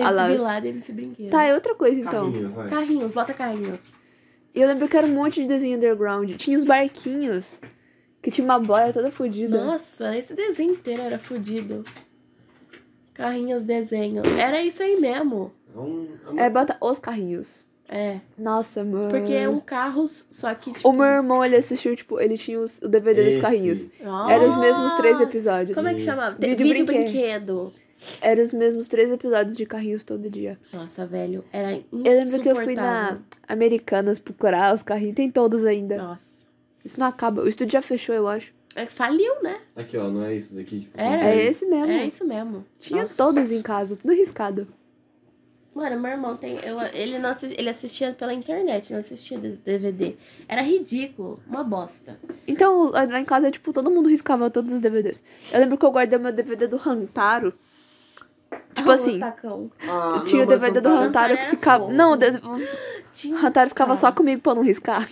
C: Ah lá,
A: MC Bilado e MC Brinquedo.
C: Tá, é outra coisa então.
B: Carrinhos, vai.
A: Carrinhos, bota carrinhos.
C: E eu lembro que era um monte de desenho underground. Tinha os barquinhos, que tinha uma boia toda fodida.
A: Nossa, esse desenho inteiro era fodido. Carrinhos, desenho. Era isso aí mesmo.
B: É um- é um-
C: É, bota os carrinhos.
A: É.
C: Nossa, mano.
A: Porque é um carro, só que. Tipo,
C: Ah. O meu irmão, ele assistiu, tipo, ele tinha os- o DVD dos
B: Esse.
C: carrinhos.
A: tipo, Nossa!
C: Eram os mesmos três episódios.
A: Como é que chamava? Te-
C: Vídeo
A: Vídeo
C: brinquedo.
A: brinquedo.
C: Eram os mesmos três episódios de carrinhos todo dia.
A: Nossa, velho. Era insuportável.
C: Eu lembro que eu fui na Americanas procurar os carrinhos. Tem todos ainda.
A: Nossa.
C: Isso não acaba. O estúdio já fechou, eu acho.
A: É que faliu, né?
B: Aqui, ó, não é isso daqui. Tipo,
A: Era?
B: são
C: É,
B: três.
C: esse mesmo.
A: Era isso mesmo.
C: Tinha
A: Nossa.
C: todos em casa, tudo riscado.
A: Mano, meu irmão tem. Eu, ele, não assisti- ele assistia pela internet, não assistia desse DVD. Era ridículo. Uma bosta.
C: Então, lá lá em casa, tipo, todo mundo riscava todos os DVDs. Eu lembro que eu guardei meu DVD do Rantaro. Tipo
A: Ah, o
C: assim,
A: Otacão.
B: Ah,
C: tinha o
B: não, mas
C: DVD do Hum
B: não tá-
C: Rantaro que
A: era
C: ficava.
A: fofo.
C: Não, o de-
A: Hum,
C: o
A: Tinha, um
C: Rantaro ficava
A: tá.
C: só comigo pra eu não riscar.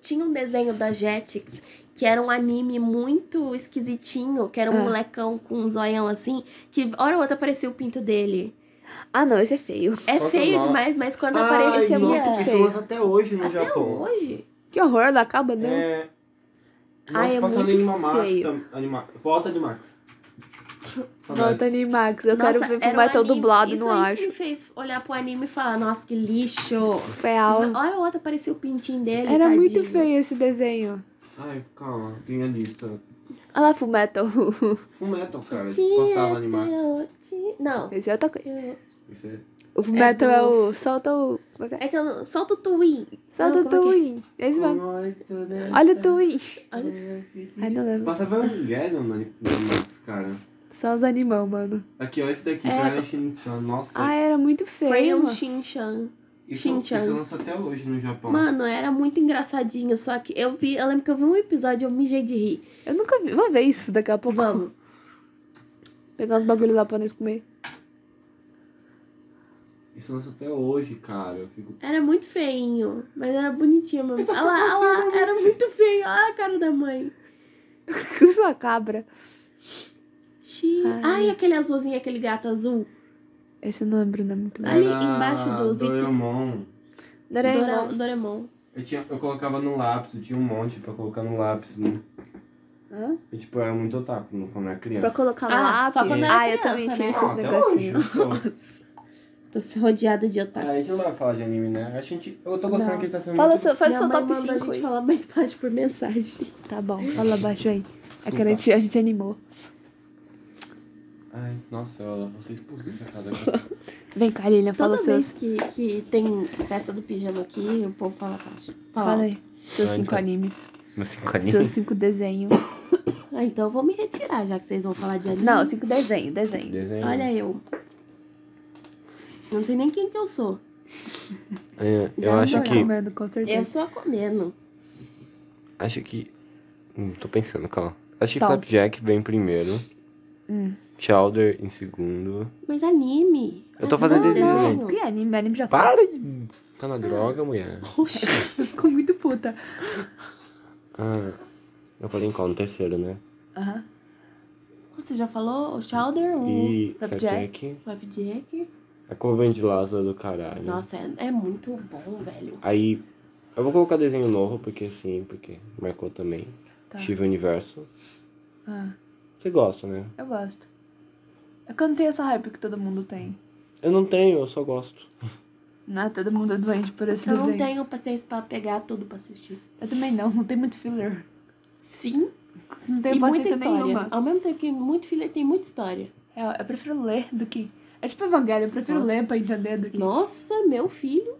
A: Tinha um desenho da Jetix que era um anime muito esquisitinho, que era um
C: Ah.
A: molecão com um zoião assim, que hora ou outra aparecia o pinto dele.
C: Ah, não, esse é feio.
A: É
B: Qual que é o
A: feio
B: nome?
A: demais, Tá, mas quando
B: Ai,
A: aparecia
B: não,
A: muito
B: tem
A: feio.
B: pessoas até hoje no
A: Até
B: Japão.
A: hoje?
C: Que horror, não acaba, não.
B: É. Nossa,
C: Ai, é
B: passando
C: muito
B: Animax.
C: feio.
B: tam- Anima... Volta Animax. Saudades.
C: Volta Animax, eu quero
A: Nossa,
C: ver
A: era um
C: filmar tão
A: anime.
C: dublado,
A: Isso
C: não
A: aí
C: acho.
A: que me fez olhar pro anime e falar, nossa, que lixo.
C: Feal.
A: Hora ou outra aparecia o pintinho dele.
C: Era muito
A: tadinho.
C: feio esse desenho.
B: Ai, calma, tem a lista.
C: Olha lá, Fullmetal.
B: Full Metal, cara,
A: Tinha
B: passava Animax.
A: teu- Não.
C: Esse é outra coisa.
A: eu-
B: Isso é-
C: O Fullmetal é,
A: do-
C: o... Solta o... como é que é?
A: É que eu não... Solta o Twin.
C: Solta o
A: Não, como é que
C: Twin. Esse mesmo. Olha o Twin. Ai, não lembro.
B: Passa Evangelion um no Ani- no Animax, cara.
C: Só os animal, mano.
B: Aqui, ó, esse daqui,
A: É.
B: Brian Shinsan. Nossa,
C: Ah, era muito
A: é? Foi
C: feio.
A: um
C: mano.
A: Shin-chan.
B: isso,
A: Shinchan.
B: isso lança até hoje no Japão.
A: Mano, era muito engraçadinho, só que eu vi, eu lembro que eu vi um episódio e eu mijei de rir.
C: Eu nunca vi. Vou ver isso daqui a pouco.
A: Vamos.
C: Pegar uns bagulho lá pra nós comer.
B: Isso lança até hoje, cara. Eu fico...
A: Era muito feinho, mas era bonitinho mesmo. Olha lá, olha lá, era muito feio. Olha a cara da mãe.
C: Com sua cabra.
A: Xiii.
C: Ai.
A: Ai, aquele azulzinho, aquele gato azul.
C: Esse eu não lembro, não é muito bom.
A: Ali
B: Era
A: embaixo do zíper.
B: Doraemon.
A: Dora-
C: Doraemon.
A: Doraemon.
B: Eu, tinha, eu colocava no lápis, eu tinha um monte pra colocar no lápis, né?
C: Hã?
B: Eu, tipo, era muito otaku no- quando era criança.
C: Pra colocar no
A: Ah,
C: lápis.
A: só quando era
C: ah, eu
A: criança,
C: também
A: né?
C: tinha
A: Não,
C: esses
B: até
C: negocinhos.
B: hoje, eu tô-
A: Tô se rodeada de
B: Ah, a gente não
A: otakus.
B: vai falar de anime, né? A gente, eu tô gostando
C: Não.
B: que ele tá sendo
C: Fala
B: muito...
C: seu, faz
A: Minha
C: seu
A: mãe
C: top
A: mandou a
C: 5
A: gente
C: aí.
A: falar mais baixo por mensagem.
C: Tá bom, fala baixo aí. É que a
B: Desculpa.
C: gente, a gente animou.
B: Ai, nossa, eu vou ser expulso dessa casa aqui.
C: Vem cá, Lilian, fala
A: Toda vez
C: seus.
A: que, que tem festa do pijama aqui, o povo fala baixo. Fala.
C: Fala aí. Seus
B: Ah,
C: cinco
B: então.
C: animes.
B: Meus cinco
C: Seus cinco desenhos.
A: Ah, então eu vou me retirar, já que vocês vão falar de anime.
C: Não, cinco desenhos, desenho.
B: Desenho.
A: Olha eu. Não sei nem quem que eu sou.
B: É, eu
C: um
A: Dá
B: acho
A: pra
B: que.
C: Comendo, com
A: Eu
C: certeza.
A: sou a comendo.
B: Acho que. Hum, tô pensando, calma. Acho que
C: Tá.
B: Flapjack vem primeiro.
C: Hum.
B: Chowder em segundo.
A: Mas anime.
B: Eu tô fazendo
A: Anime,
B: desenho.
C: Que anime, anime já
B: Para de. Tá na droga, mulher.
A: Oxi.
C: Ficou muito puta.
B: Ah. Eu falei em qual? No terceiro, né?
C: Aham.
A: Você já falou? O Chowder, o
B: E.
C: Flapjack.
B: Flapjack.
A: Flapjack.
B: A Coven de Lázaro do caralho.
A: Nossa, é, é muito bom, velho.
B: Aí. Eu vou colocar desenho novo, porque sim, porque marcou também.
C: Tá.
B: Shiva Universo.
C: Ah,
F: Você gosta, né?
C: eu gosto. É que eu não tenho essa hype que todo mundo tem.
F: Eu não tenho, eu só gosto.
C: Não, todo mundo é doente por esse
A: Eu
C: desenho.
A: não tenho paciência pra pegar tudo pra assistir.
C: Eu também não, não tem muito filler.
A: Sim,
C: Não
A: tem
C: tenho
A: e muita
C: paciência
A: história.
C: nenhuma.
A: Ao mesmo tempo que muito filho tem muita história.
C: É, eu prefiro ler do que. É tipo Evangelho, eu prefiro
A: Nossa.
C: ler pra entender do que.
A: Nossa, meu filho.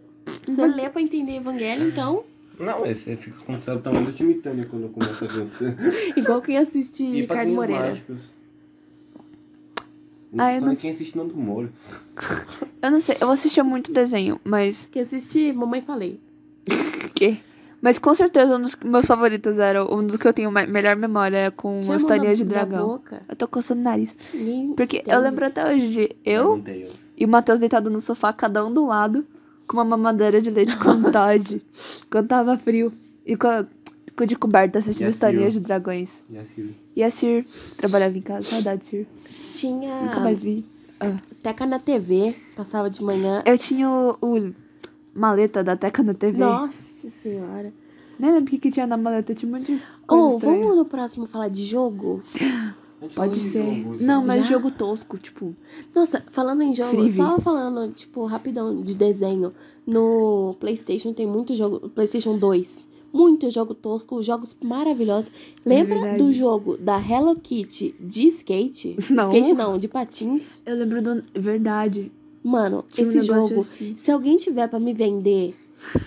A: Você lê pra entender Evangelho, então.
F: Não, mas você fica com.
B: Você tá muito te imitando quando começa a vencer.
A: Igual quem assiste
B: E
A: Ricardo
B: Padrinhos
A: Moreira.
B: Mágicos.
C: Ah, eu
B: Só
C: não-
B: quem assiste Nando Moura.
C: Eu não sei, eu assistia muito desenho, mas.
A: Quem assiste Mamãe Falei.
C: Que? Mas com certeza um dos meus favoritos era um dos que eu tenho me- melhor memória é
A: Tira a
C: com Uma
A: mão
C: Historinha
A: da-
C: de
A: da
C: Dragão.
A: boca.
C: Eu tô coçando o nariz.
A: Ninguém
C: Porque eu
A: entende.
C: lembro até hoje de eu
B: Tails.
C: e o Matheus deitado no sofá, cada um do lado, com uma mamadeira de leite com Todd. Quando tava frio. E com, a, com o de coberta assistindo
B: E a
C: Historinha
B: Sir.
C: de Dragões.
B: E a Siri.
C: E a Sir trabalhava em casa. Saudade, Sir.
A: Tinha.
C: Nunca mais vi.
A: Teca na TV, passava de manhã.
C: Eu tinha o, o maleta da Teca na TV.
A: Nossa senhora.
C: Nem lembro o que, que tinha na maleta. Tinha um monte de coisa
A: Ou
C: estranha.
A: vamos no próximo falar de jogo?
C: Pode ser. Não, mas
A: Já?
C: jogo tosco, tipo.
A: Nossa, falando em jogo,
C: Frive.
A: só falando, tipo, rapidão de desenho. No PlayStation tem muito jogo, PlayStation 2. Muito jogo tosco, jogos maravilhosos. Lembra
C: É verdade.
A: do jogo da Hello Kitty de skate?
C: Não.
A: Skate não, de patins.
C: Eu lembro do. Verdade.
A: Mano,
C: Tinha um
A: esse
C: negócio
A: jogo,
C: assim.
A: se alguém tiver pra me vender,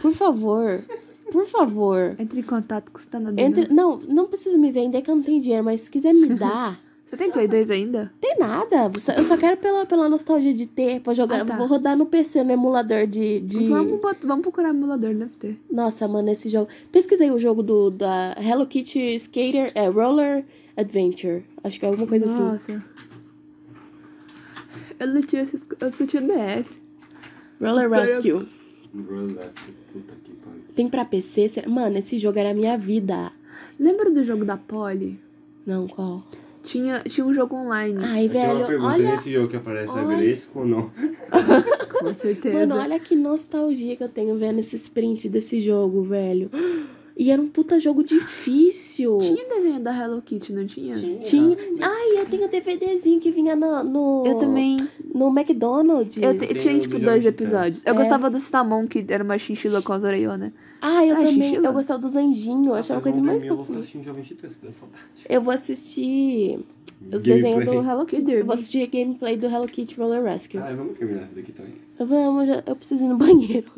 A: por favor, por favor,
C: Entre em contato com o Stanadina.
A: entre, não, não precisa me vender que eu não tenho dinheiro, mas se quiser me dar,
C: Você tem Play 2 ainda?
A: Tem nada. Eu só- Eu só quero pela, pela nostalgia de ter, pra jogar.
C: Ah, tá.
A: Vou rodar no PC, no emulador de. de...
C: Vamos, bot- vamos procurar emulador, deve ter.
A: Nossa, mano, esse jogo. Pesquisei o jogo do da Hello Kitty Skater. É Roller Adventure. Acho que é alguma coisa assim.
C: Nossa. Eu não tinha esses. Eu só tinha DS.
A: Roller
B: É.
C: Agora eu-
A: Rescue.
B: Puta que pariu.
A: Tem pra PC? será- Mano, esse jogo era a minha vida.
C: Lembra do jogo da Polly?
A: Não, qual?
C: Tinha, tinha um jogo online.
A: Ai,
B: Tem é uma
A: velho,
B: pergunta
A: olha.
B: nesse jogo que aparece
A: olha-
B: agresco ou não?
C: Com certeza.
A: Mano, olha que nostalgia que eu tenho vendo esses prints desse jogo, velho. E era um puta jogo difícil.
C: Tinha desenho da Hello Kitty, não Tipo, tinha?
A: Tinha. Ai, eu tenho um DVDzinho que vinha no. no...
C: Eu também.
A: No McDonald's.
C: Eu te-
B: Tem
C: tinha,
B: o
C: tipo,
B: do Jogos
C: dois
B: de
C: episódios. Eu
A: É.
C: gostava do Cinnamon, que era uma chinchila com as orelhonas.
A: Ah, eu
C: Ah,
A: também.
C: chinchila?
A: Eu gostava dos anjinhos. Eu achava a coisa mais
B: Eu vou ficar
A: fofinha.
B: assistindo Jovem Titãs, dá saudade.
A: Eu vou assistir os desenhos
B: Gameplay.
A: do Hello
C: Que
A: Kitty.
C: derby.
A: Eu vou assistir a gameplay do Hello Kitty Roller Rescue.
B: Ah, vamos terminar esse daqui também.
A: Vamos, já- eu preciso ir no banheiro.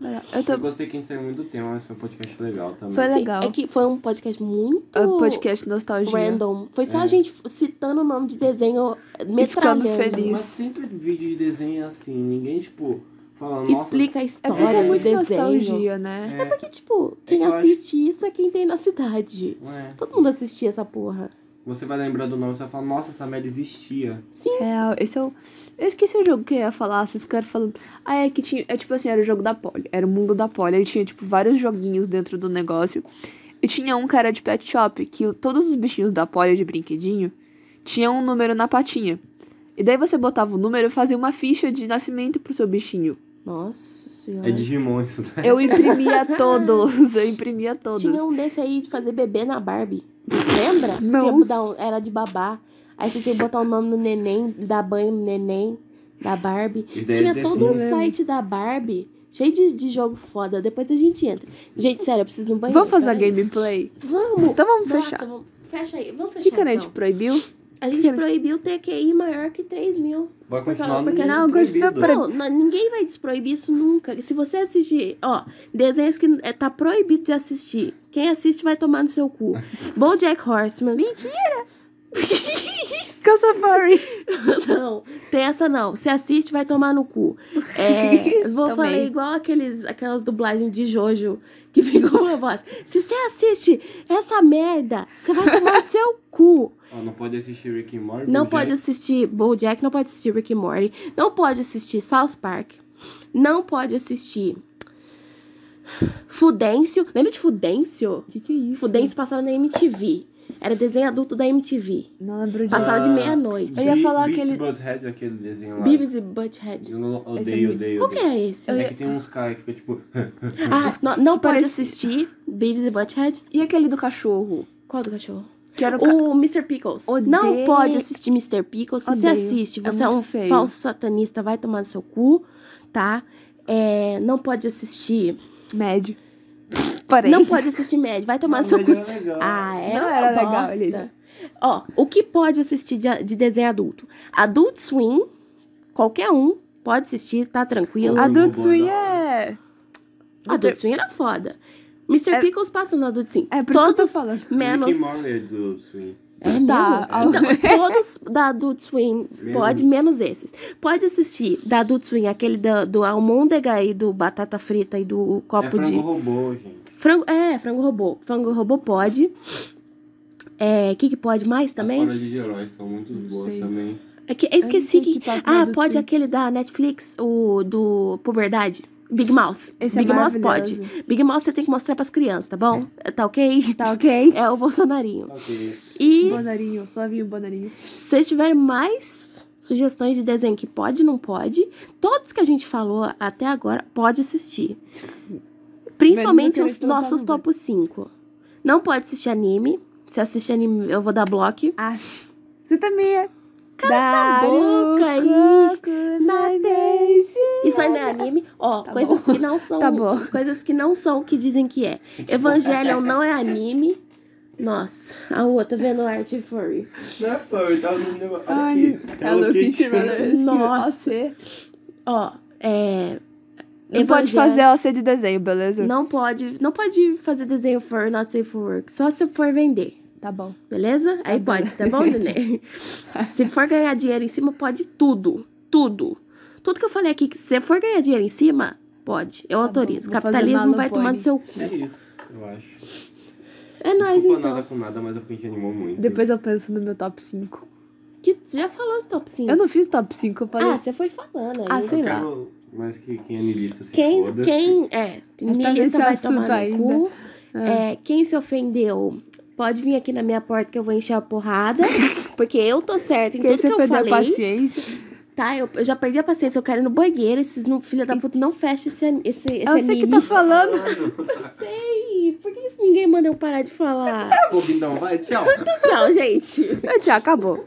C: Era- Eu
B: Eu
C: tô...
B: gostei que a gente saiu muito do tema, mas foi um podcast legal também.
C: Foi
A: Sim,
C: legal.
A: É que foi um podcast muito
C: O podcast né? Nostalgia.
A: random. Foi só a
B: É.
A: gente citando o nome de desenho eh,
C: E ficando
A: metralhando.
C: feliz.
B: Mas sempre vídeo de desenho é assim, ninguém, tipo, fala, nossa...
A: Explica a
C: É
A: história
C: porque é
A: do
C: muito
A: desenho.
C: nostalgia, né?
B: É,
A: Porque, tipo, quem
B: que eu acho-
A: assiste isso é quem tem na cidade.
B: ué,
A: Todo mundo assistia essa porra.
B: é." você vai lembrar do nome, você vai falar, nossa, essa merda existia.
C: Real. Esse é o... Eu esqueci o jogo que eu ia falar. Esses caras falam... Ah, é que tinha... É tipo assim, era o jogo da Polly. Era o mundo da Polly. Aí tinha, tipo, vários joguinhos dentro do negócio. E tinha um cara de pet shop que o- todos os bichinhos da Polly de brinquedinho tinham um número na patinha. E daí você botava o número e fazia uma ficha de nascimento pro seu bichinho.
A: Nossa senhora.
B: É Digimon isso, né?
C: Eu imprimia todos, eu imprimia todos.
A: Tinha um desse aí de fazer bebê na Barbie. Lembra?
C: Não.
A: Tinha que dar um- era de babá. Aí você tinha que botar o nome no neném, dar banho no neném, da Barbie.
B: E daí
A: tinha
B: desse-
A: todo um
C: Eu lembro.
A: site da Barbie, cheio de, de jogo foda. Depois a gente entra. Gente, sério, eu preciso ir no banheiro.
C: Vamos fazer a
A: peraí.
C: gameplay?
A: Vamos!
C: Então vamos
A: Nossa,
C: fechar.
A: vamos- Fecha aí, vamos
C: O
A: fechar.
C: que tipo, que a gente
A: então.
C: proibiu?
A: A gente proibiu ter QI maior que 3 mil.
B: Vai
A: Por
B: continuar
A: favor,
B: no
A: porque-
C: Não, eu gostei
B: proibido.
C: pra-
A: Não, n- ninguém vai desproibir isso nunca. Se você assistir, ó, desenhos que é, tá proibido de assistir, quem assiste vai tomar no seu cu. Bojack Horseman.
C: Mentira! que eu sou furry.
A: Não, tem essa não. Se assiste, vai tomar no cu. É, vou
C: Também.
A: falar igual aqueles, aquelas dublagens de Jojo que ficam uma voz. Se você assiste essa merda, você vai tomar no seu cu.
B: Ó, não pode assistir Rick and Morty.
A: Não
B: Bojack-
A: pode assistir BoJack, não pode assistir Rick and Morty, não pode assistir South Park, não pode assistir Fudêncio. Lembra de Fudêncio?
C: Que que é isso?
A: Fudêncio passava na MTV. Era desenho adulto da MTV.
C: Não lembro disso.
A: Passava de
B: Ah.
A: meia-noite.
C: Eu ia
B: Be-
C: falar
B: Beavis
C: aquele-
B: Butthead, é aquele desenho lá.
A: Beavis e Butthead.
B: Eu não-
C: Esse é
B: odeio,
C: muito-
B: odeio,
A: Qual que
B: odeio.
A: era esse?
C: Eu-
B: É que tem uns caras que ficam tipo.
A: Ah, não, não pode
C: parecia-
A: assistir Beavis e Butthead.
C: E aquele do cachorro?
A: Qual do cachorro?
C: Que era o ca-
A: O Mr. Pickles.
C: Odeio.
A: Não pode assistir Mr. Pickles. Se você
C: Odeio.
A: assiste,
C: É
A: você é,
C: muito
A: um
C: feio.
A: falso satanista, vai tomar no seu cu, tá? É, não pode assistir.
C: Mad. Parei.
A: Não pode assistir Mad, vai tomar no
B: Não,
A: seu
B: Mad
A: cu.
B: era legal.
A: Ah, é?
C: Não
A: uma
C: era legal,
A: bosta.
C: Lívia.
A: Ó, o que pode assistir de, de desenho adulto? Adult Swim, qualquer um pode assistir, tá tranquilo.
B: Ah,
C: Adult Swim é.
A: Adult Swim era foda. Mr. Pickles passa no Adult Swim.
C: É por isso que eu tô
A: Todos
C: falando.
A: menos.
B: Rick and Morty é do Swing.
A: É mesmo?
C: Tá,
A: Então, todos da Adult Swim,
B: Menos-
A: pode, menos esses. Pode assistir da Adult Swim, aquele da- do, almôndega e do batata frita e do
B: É
A: copo
B: frango
A: de...
B: robô, gente.
A: Frango, é, frango robô. Frango robô pode. É, o que que pode mais
B: As
A: também?
B: paródias de heróis são muito boas
C: sei.
B: também.
A: É que, eu esqueci
C: Eu não sei
A: que...
C: o que passa na
A: Ah,
C: Adult
A: pode
C: Swim.
A: aquele da Netflix, o do Puberdade. Big Mouth.
C: Esse é
A: Big Mouth
C: maravilhoso.
A: pode. Big Mouth você tem que mostrar pras crianças, tá bom? Tá ok?
C: Tá ok?
A: É o
C: Tá
A: Bolsonarinho.
B: Ok.
A: E...
C: Bonarinho, Flavinho Bonarinho.
A: Se vocês tiverem mais sugestões de desenho que pode e não pode, todos que a gente falou até agora pode assistir. Principalmente
C: Mas eu
A: os
C: queria colocar
A: nossos
C: no
A: top 5. Não pode assistir anime. Se assistir anime, eu vou dar bloco.
C: Ah, você também é. um
A: essa boca aí. Isso aí não é anime. Ó,
C: Tá
A: coisas
C: bom.
A: que não são.
C: Tá bom.
A: Coisas que não são o que dizem que é. Evangelion não é anime. Nossa, a outra vendo arte furry.
B: Não é furry, tá no negócio. Olha
C: Ai, é
B: aqui. é
C: Hello Kitty, mano.
A: Nossa.
C: OC.
A: Ó, é.
C: Não pode
A: Evangelion-
C: fazer OC de desenho, beleza?
A: Não pode, não pode fazer desenho for not safe for work, só se for vender,
C: Tá bom.
A: beleza? Aí
C: bom.
A: pode, tá bom, Nenê? se for ganhar dinheiro em cima, pode tudo, tudo. Tudo que eu falei aqui, que se for ganhar dinheiro em cima, pode. Eu autorizo.
C: Tá vou fazer
A: Capitalismo
C: Malu
A: vai
C: Pony.
A: tomar no seu cu.
B: É isso, eu acho.
A: É nóis,
B: Desculpa
A: então.
B: nada com nada, mas é porque a gente animou muito.
C: Depois eu penso no meu top 5.
A: Que tu já falou os top 5.
C: Eu não fiz top 5, eu falei.
A: Ah, você foi falando aí.
C: Ah,
B: eu
C: sei lá.
B: quero mais que quem é niilista se
A: Quem,
B: foda.
A: quem, é,
C: tá nesse
A: niilista vai
C: assunto
A: tomar no
C: ainda. Ah.
A: cu. É, quem se ofendeu, pode vir aqui na minha porta que eu vou encher a porrada. porque eu tô certo em
C: Quem
A: tudo
C: você
A: que eu
C: perdeu a
A: falei.
C: paciência.
A: Tá, eu, eu já perdi a paciência, eu quero ir no banheiro. Esses não, filha da puta não fecha esse, an- esse, esse
C: É você que
A: anime.
C: tá falando.
A: Ei, por que isso ninguém manda eu parar de falar?
B: Pô, então vai, tchau.
A: Tchau, gente.
C: Já acabou.